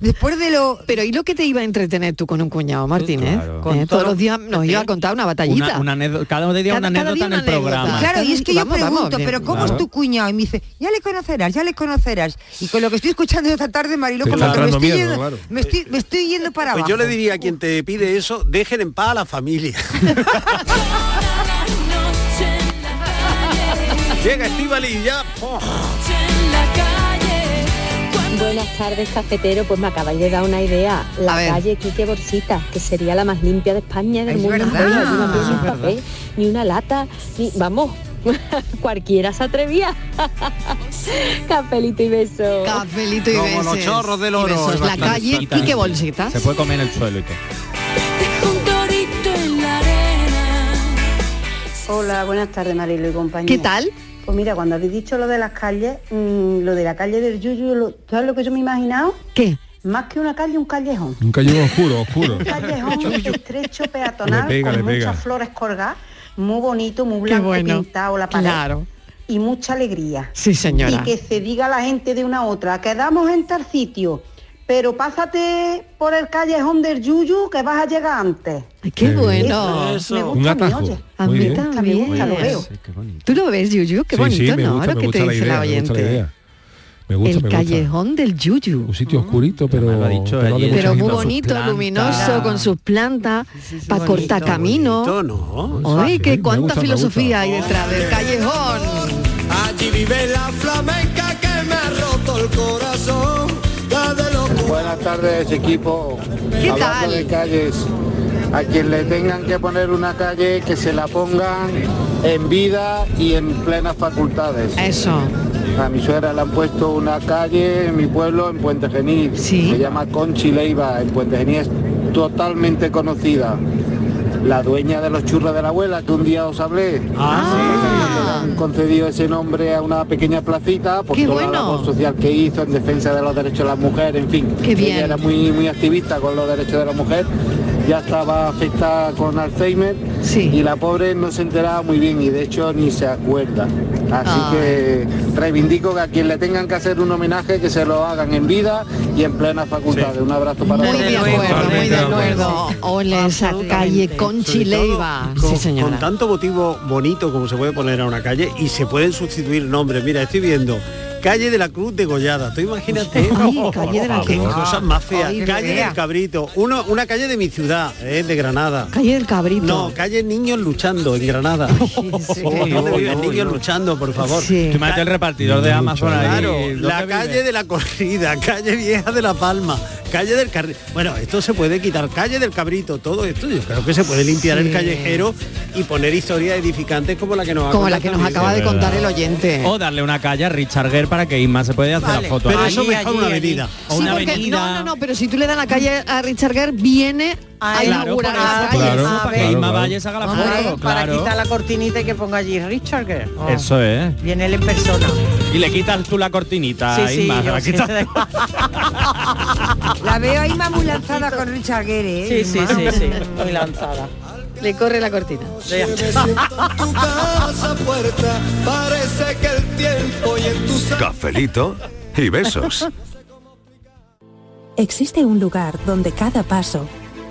Speaker 7: Después de lo...
Speaker 3: Pero ¿y lo que te iba a entretener tú con un cuñado, Martínez? Eh,
Speaker 6: Con
Speaker 3: Todos
Speaker 6: todo-
Speaker 3: los días nos iba a contar una batallita.
Speaker 6: Una, una anécdo- cada día una
Speaker 3: Cada- cada
Speaker 6: anécdota
Speaker 3: día
Speaker 6: en
Speaker 3: una
Speaker 6: el programa.
Speaker 7: Claro, y es que yo
Speaker 3: Ah, Vamos, vamos,
Speaker 7: pregunto,
Speaker 3: bien.
Speaker 7: pero ¿cómo
Speaker 6: Claro.
Speaker 7: es tu cuñado? Y me dice, ya le conocerás, ya le conocerás. Y con lo que estoy escuchando esta tarde, Marilo,
Speaker 5: Te
Speaker 7: como
Speaker 5: está
Speaker 7: que me
Speaker 5: entrando
Speaker 7: estoy,
Speaker 5: miedo,
Speaker 7: yendo,
Speaker 5: claro.
Speaker 7: me, estoy, me estoy yendo para
Speaker 5: Pues
Speaker 7: abajo.
Speaker 5: yo le diría a quien te pide eso, dejen en paz a la familia. Llega Estivali y ya. ¡pum!
Speaker 4: (laughs)
Speaker 25: Buenas tardes, cafetero. Pues me acabáis de dar una idea. La calle Quique Borsita, que sería la más limpia de España y del
Speaker 7: Es
Speaker 25: mundo.
Speaker 7: verdad.
Speaker 25: entero. Ni una pieza de
Speaker 7: Es verdad.
Speaker 25: papel, ni una lata, ni... Vamos, (laughs) cualquiera se atrevía. (laughs) Cafelito y beso.
Speaker 3: Cafelito y
Speaker 25: Como los
Speaker 3: besos.
Speaker 25: chorros del
Speaker 3: Y
Speaker 25: oro,
Speaker 3: besos.
Speaker 25: es
Speaker 3: La
Speaker 25: bastante
Speaker 3: calle
Speaker 25: fatal.
Speaker 3: Quique Bolsita.
Speaker 6: Se puede comer en el suelo y todo.
Speaker 25: Hola, buenas tardes Marilo y compañía.
Speaker 3: ¿Qué tal?
Speaker 25: Pues mira, cuando habéis dicho lo de las calles, mm, lo de la calle del Yuyu, lo, ¿sabes lo que yo me he imaginado?
Speaker 3: ¿Qué?
Speaker 25: Más que una calle, un callejón.
Speaker 8: Un callejón oscuro, oscuro.
Speaker 25: Un callejón estrecho, peatonal,
Speaker 8: Le pega,
Speaker 25: con
Speaker 8: le pega.
Speaker 25: muchas flores colgadas, muy bonito, muy
Speaker 3: Qué
Speaker 25: blanco
Speaker 3: bueno.
Speaker 25: pintado la pared.
Speaker 3: Claro.
Speaker 25: Y mucha alegría.
Speaker 3: Sí, señora.
Speaker 25: Y que se diga la gente de una a otra, quedamos en tal sitio, pero pásate por el callejón del Yuyu que vas a llegar antes.
Speaker 3: Qué bueno.
Speaker 25: Eso, me gusta, me oye.
Speaker 3: A
Speaker 25: Muy
Speaker 3: mí
Speaker 25: bien.
Speaker 3: también.
Speaker 25: Me gusta, lo veo.
Speaker 3: Tú lo ves, Yuyu, qué
Speaker 8: Sí,
Speaker 3: bonito,
Speaker 8: sí, me
Speaker 3: ¿no?
Speaker 8: gusta,
Speaker 3: Lo
Speaker 8: me
Speaker 3: que
Speaker 8: gusta
Speaker 3: te
Speaker 8: la
Speaker 3: dice
Speaker 8: idea,
Speaker 3: la
Speaker 8: me gusta la
Speaker 3: oyente.
Speaker 8: idea. Me gusta,
Speaker 3: el
Speaker 8: me gusta.
Speaker 3: callejón del Yuyu. Ah.
Speaker 8: Un sitio oscurito, pero,
Speaker 6: Además, lo ha dicho
Speaker 8: pero, de
Speaker 6: allí.
Speaker 8: mucha
Speaker 3: Pero muy
Speaker 8: gente.
Speaker 3: bonito,
Speaker 6: plantas.
Speaker 3: luminoso, con sus plantas, para cortar camino.
Speaker 8: Sí,
Speaker 3: Ay,
Speaker 8: me
Speaker 3: qué cuánta
Speaker 8: gusta, me
Speaker 3: filosofía hay detrás del callejón.
Speaker 26: Allí vive la flamenca que me ha roto el corazón. La de los
Speaker 15: Buenas tardes, equipo.
Speaker 26: ¿Qué
Speaker 15: Hablando
Speaker 26: tal?
Speaker 15: de calles. A quien le tengan que poner una calle, que se la pongan en vida y en plenas facultades.
Speaker 3: Eso.
Speaker 15: A mi suegra le han puesto una calle en mi pueblo, en Puente Genil. Se llama Conchi Leiva. En Puente Genil es totalmente conocida. La dueña de los churros de la abuela, que un día os hablé.
Speaker 3: Ah.
Speaker 15: Han concedido ese nombre a una pequeña placita por
Speaker 3: Qué
Speaker 15: toda la
Speaker 3: bueno.
Speaker 15: labor social que hizo en defensa de los derechos de las mujeres, en fin.
Speaker 3: Qué bien.
Speaker 15: Ella era muy, muy activista con los derechos de la mujer, ya estaba afectada con Alzheimer y la pobre no se enteraba muy bien y de hecho ni se acuerda. Así que reivindico que a quien le tengan que hacer un homenaje que se lo hagan en vida y en plena facultad. Un abrazo para
Speaker 3: Muy
Speaker 15: todos.
Speaker 3: de acuerdo, muy de acuerdo. Ole, esa calle Conchi Leiva. Sí,
Speaker 5: Con,
Speaker 3: señora.
Speaker 5: con tanto motivo bonito como se puede poner a una calle y se pueden sustituir nombres. Mira, estoy viendo calle de la Cruz de Gollada. Tú imagínate.
Speaker 3: Ay,
Speaker 5: (laughs)
Speaker 3: calle de la
Speaker 5: Qué
Speaker 3: Cruz.
Speaker 5: cosas más feas.
Speaker 3: Ay,
Speaker 5: calle
Speaker 3: fea.
Speaker 5: del Cabrito. Uno, una calle de mi ciudad, eh, de Granada.
Speaker 3: Calle del Cabrito.
Speaker 5: No, calle Niños Luchando en Granada. (laughs) ¿Dónde viven niños luchando, por favor?
Speaker 6: Sí. Tú imagínate el repartidor de Amazon ahí,
Speaker 5: Claro,
Speaker 6: ¿dónde
Speaker 5: la
Speaker 6: vive?
Speaker 5: (laughs) calle de la corrida, calle vieja de la palma, Calle del Carril. Bueno, esto se puede quitar. Calle del Cabrito, todo esto. Yo creo que se puede limpiar
Speaker 27: Sí.
Speaker 5: el callejero y poner historias edificantes como la que nos ha
Speaker 27: Como la
Speaker 5: contado
Speaker 27: que nos
Speaker 5: Luis.
Speaker 27: acaba de contar el oyente.
Speaker 6: O darle una calle a Richard Gere para que Isma se pueda hacer
Speaker 27: Vale,
Speaker 6: la foto.
Speaker 5: pero eso Allí, mejor allí, una allí. avenida.
Speaker 6: O
Speaker 27: Sí,
Speaker 6: una
Speaker 27: porque-
Speaker 6: avenida.
Speaker 27: No, no, no, pero si tú le das la calle a Richard Gere, viene a inaugurar la calle.
Speaker 6: Claro, para que Isma Valles haga la
Speaker 28: Hombre,
Speaker 6: foto.
Speaker 28: Para
Speaker 6: claro.
Speaker 28: quitar la cortinita y que ponga allí Richard Gere. Oh.
Speaker 6: Eso es.
Speaker 28: Viene él en persona.
Speaker 6: Y le quitas tú la cortinita,
Speaker 28: Sí, sí,
Speaker 6: Isma,
Speaker 28: yo
Speaker 6: la
Speaker 28: sí,
Speaker 6: quitas.
Speaker 7: (laughs) La veo ahí más muy lanzada con Richard Gere, ¿eh?
Speaker 28: Sí, sí,
Speaker 7: Irma.
Speaker 28: sí,
Speaker 10: (laughs)
Speaker 28: sí. Muy lanzada.
Speaker 27: Le corre la cortina.
Speaker 29: Tu casa puerta, parece que el tiempo y en tu
Speaker 30: Cafelito y besos.
Speaker 31: Existe un lugar donde cada paso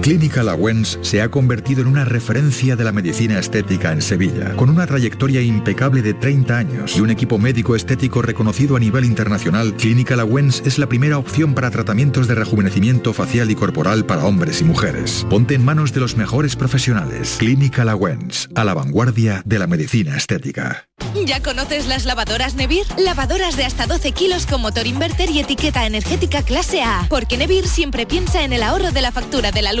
Speaker 32: Clínica La Wens se ha convertido en una referencia de la medicina estética en Sevilla, con una trayectoria impecable de 30 años y un equipo médico estético reconocido a nivel internacional. Clínica La Wens es la primera opción para tratamientos de rejuvenecimiento facial y corporal para hombres y mujeres. Ponte en manos de los mejores profesionales. Clínica La Wens, a la vanguardia de la medicina estética. (laughs)
Speaker 23: ¿Ya conoces las lavadoras Nevir? Lavadoras de hasta 12 kilos con motor inverter y etiqueta energética clase A. Porque Nevir siempre piensa en el ahorro de la factura de la luz.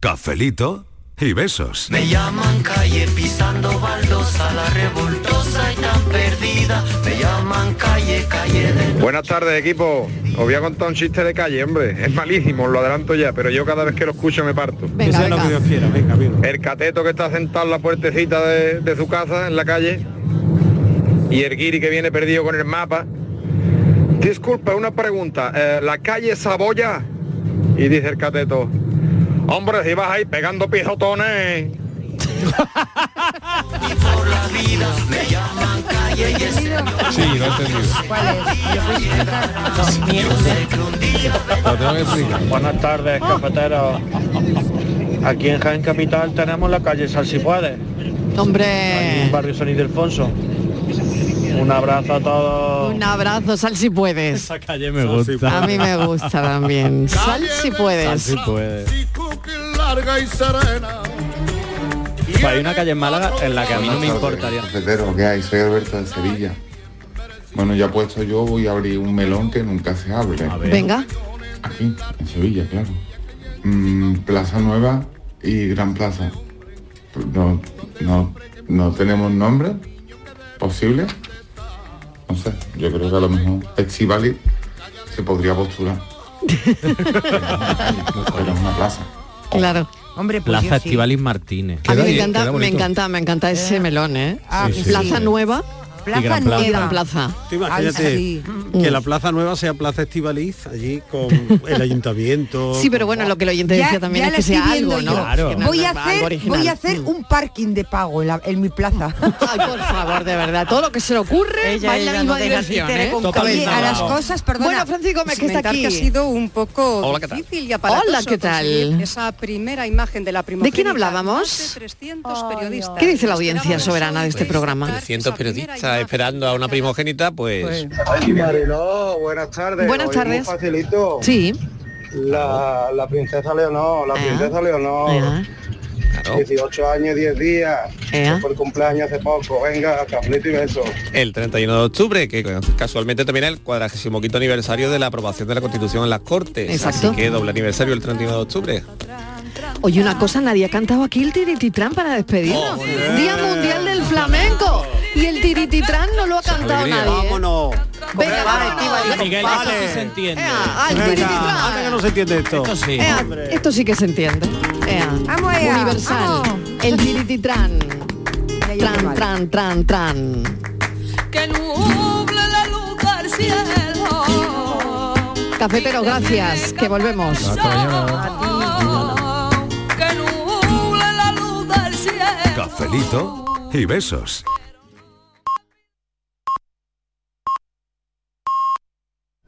Speaker 30: Cafelito y besos.
Speaker 4: Me llaman calle pisando baldosa, la revoltosa y tan perdida. Me llaman calle, calle de...
Speaker 33: Buenas tardes equipo, os voy a contar un chiste de calle, hombre, es malísimo, os lo adelanto ya, pero yo cada vez que lo escucho me parto.
Speaker 5: Que sea lo que Dios quiera, venga, venga.
Speaker 33: El cateto que está sentado en la puertecita de, de su casa, en la calle, y el guiri que viene perdido con el mapa. Disculpa, una pregunta, eh, ¿la calle Saboya? Y dice el cateto, hombre, si vas ahí pegando pisotones,
Speaker 6: Sí, lo he entendido. Lo tengo que explicar.
Speaker 15: Buenas tardes, cafetero. Aquí en Jaén Capital tenemos la calle Salsipuades,
Speaker 3: Hombre,
Speaker 15: en barrio San Ildefonso. Un abrazo a todos.
Speaker 3: un abrazo, sal si puedes.
Speaker 6: Esa calle me gusta.
Speaker 3: A mí me
Speaker 6: (laughs)
Speaker 3: gusta también. Sal si
Speaker 6: Sal
Speaker 3: puedes.
Speaker 6: si puedes.
Speaker 16: larga y serena.
Speaker 6: Pues Hay una calle en Málaga en la que a mí no me importaría.
Speaker 14: Cafetero, ¿qué hay? Soy Alberto de Sevilla. Bueno, ya puesto yo voy a abrir un melón que nunca se abre.
Speaker 3: Venga.
Speaker 14: Aquí, en Sevilla, claro. Mm, Plaza Nueva y Gran Plaza. No, no, no tenemos nombre posible. No sé, yo creo que a lo mejor Festivali se podría postular. Pero es una plaza.
Speaker 3: Claro.
Speaker 7: Hombre,
Speaker 6: Plaza
Speaker 7: yo sí.
Speaker 6: Estivalis Martínez.
Speaker 3: A mí me encanta, me encanta, me encanta ese melón, ¿eh?
Speaker 5: Ah, sí, sí.
Speaker 3: Plaza
Speaker 5: sí.
Speaker 3: Nueva.
Speaker 5: Plaza Y Gran Plaza.
Speaker 3: Y Gran Plaza.
Speaker 5: Tú imagínate
Speaker 27: Mm.
Speaker 5: que la Plaza Nueva sea Plaza Estivaliz, allí
Speaker 27: (laughs)
Speaker 5: con el ayuntamiento.
Speaker 3: Sí, pero bueno, lo que el oyente
Speaker 5: Ya-
Speaker 3: decía también
Speaker 5: ya
Speaker 3: es
Speaker 5: lo
Speaker 3: que
Speaker 5: estoy
Speaker 3: sea
Speaker 5: viendo
Speaker 3: algo, ¿no?
Speaker 5: yo. Claro.
Speaker 3: Que no-
Speaker 7: Voy a,
Speaker 3: algo
Speaker 7: hacer,
Speaker 3: original. Mm.
Speaker 7: voy a hacer un parking de pago en, la- en mi
Speaker 3: (laughs)
Speaker 7: plaza.
Speaker 3: Ay, por favor, de verdad, todo lo que se le ocurre
Speaker 7: Ella,
Speaker 3: va en
Speaker 7: ella,
Speaker 3: la
Speaker 7: no
Speaker 3: misma
Speaker 7: deja
Speaker 3: dirección,
Speaker 7: títere
Speaker 3: ¿eh?
Speaker 7: con Totalmente cabeza. Oye, a las cosas, perdona,
Speaker 3: Bueno, Francisco, me que está
Speaker 25: comentar
Speaker 3: aquí.
Speaker 25: que ha sido un poco
Speaker 3: Hola, ¿qué tal?
Speaker 25: difícil y aparatoso
Speaker 3: Hola, ¿qué tal?
Speaker 25: conseguir esa primera imagen de la primogénita.
Speaker 3: ¿De quién hablábamos?
Speaker 25: Más de 300 periodistas.
Speaker 3: ¿Qué dice la audiencia soberana de este
Speaker 5: Pues,
Speaker 3: programa?
Speaker 11: 300 periodistas esperando a una primogénita, pues...
Speaker 9: Mariló, buenas
Speaker 5: eh,
Speaker 9: tardes.
Speaker 3: Buenas
Speaker 9: Hoy
Speaker 3: tardes.
Speaker 9: muy facilito.
Speaker 3: Sí.
Speaker 9: La, la princesa Leonor, la princesa Leonor. 18 años, 10 días.
Speaker 11: Ea.
Speaker 9: Fue el cumpleaños hace poco. Venga, cafelito y beso.
Speaker 11: El 31 de octubre, que casualmente también es el 45 aniversario de la aprobación de la Constitución en las Cortes.
Speaker 3: Exacto.
Speaker 11: Así que doble aniversario el 31 de octubre.
Speaker 3: Oye, una cosa, nadie ha cantado aquí el tirititrán para despedirnos. Día Mundial del Flamenco. Y el tirititrán no lo ha cantado
Speaker 5: Alegría.
Speaker 3: nadie. ¿eh?
Speaker 5: Vámonos.
Speaker 3: Venga,
Speaker 5: Estíbaliz,
Speaker 3: Miguel, esto
Speaker 5: vale.
Speaker 3: sí se entiende. Ea, al tirititrán.
Speaker 5: Anda que no se entiende esto.
Speaker 3: Ea, esto sí que se entiende. Ea.
Speaker 25: Vamos allá,
Speaker 3: Universal. El tirititran. Tran, tran, tran, tran.
Speaker 4: que nuble la luz del cielo,
Speaker 3: Cafeteros, gracias, que volvemos.
Speaker 4: que nuble la luz del cielo.
Speaker 20: Cafelito y besos.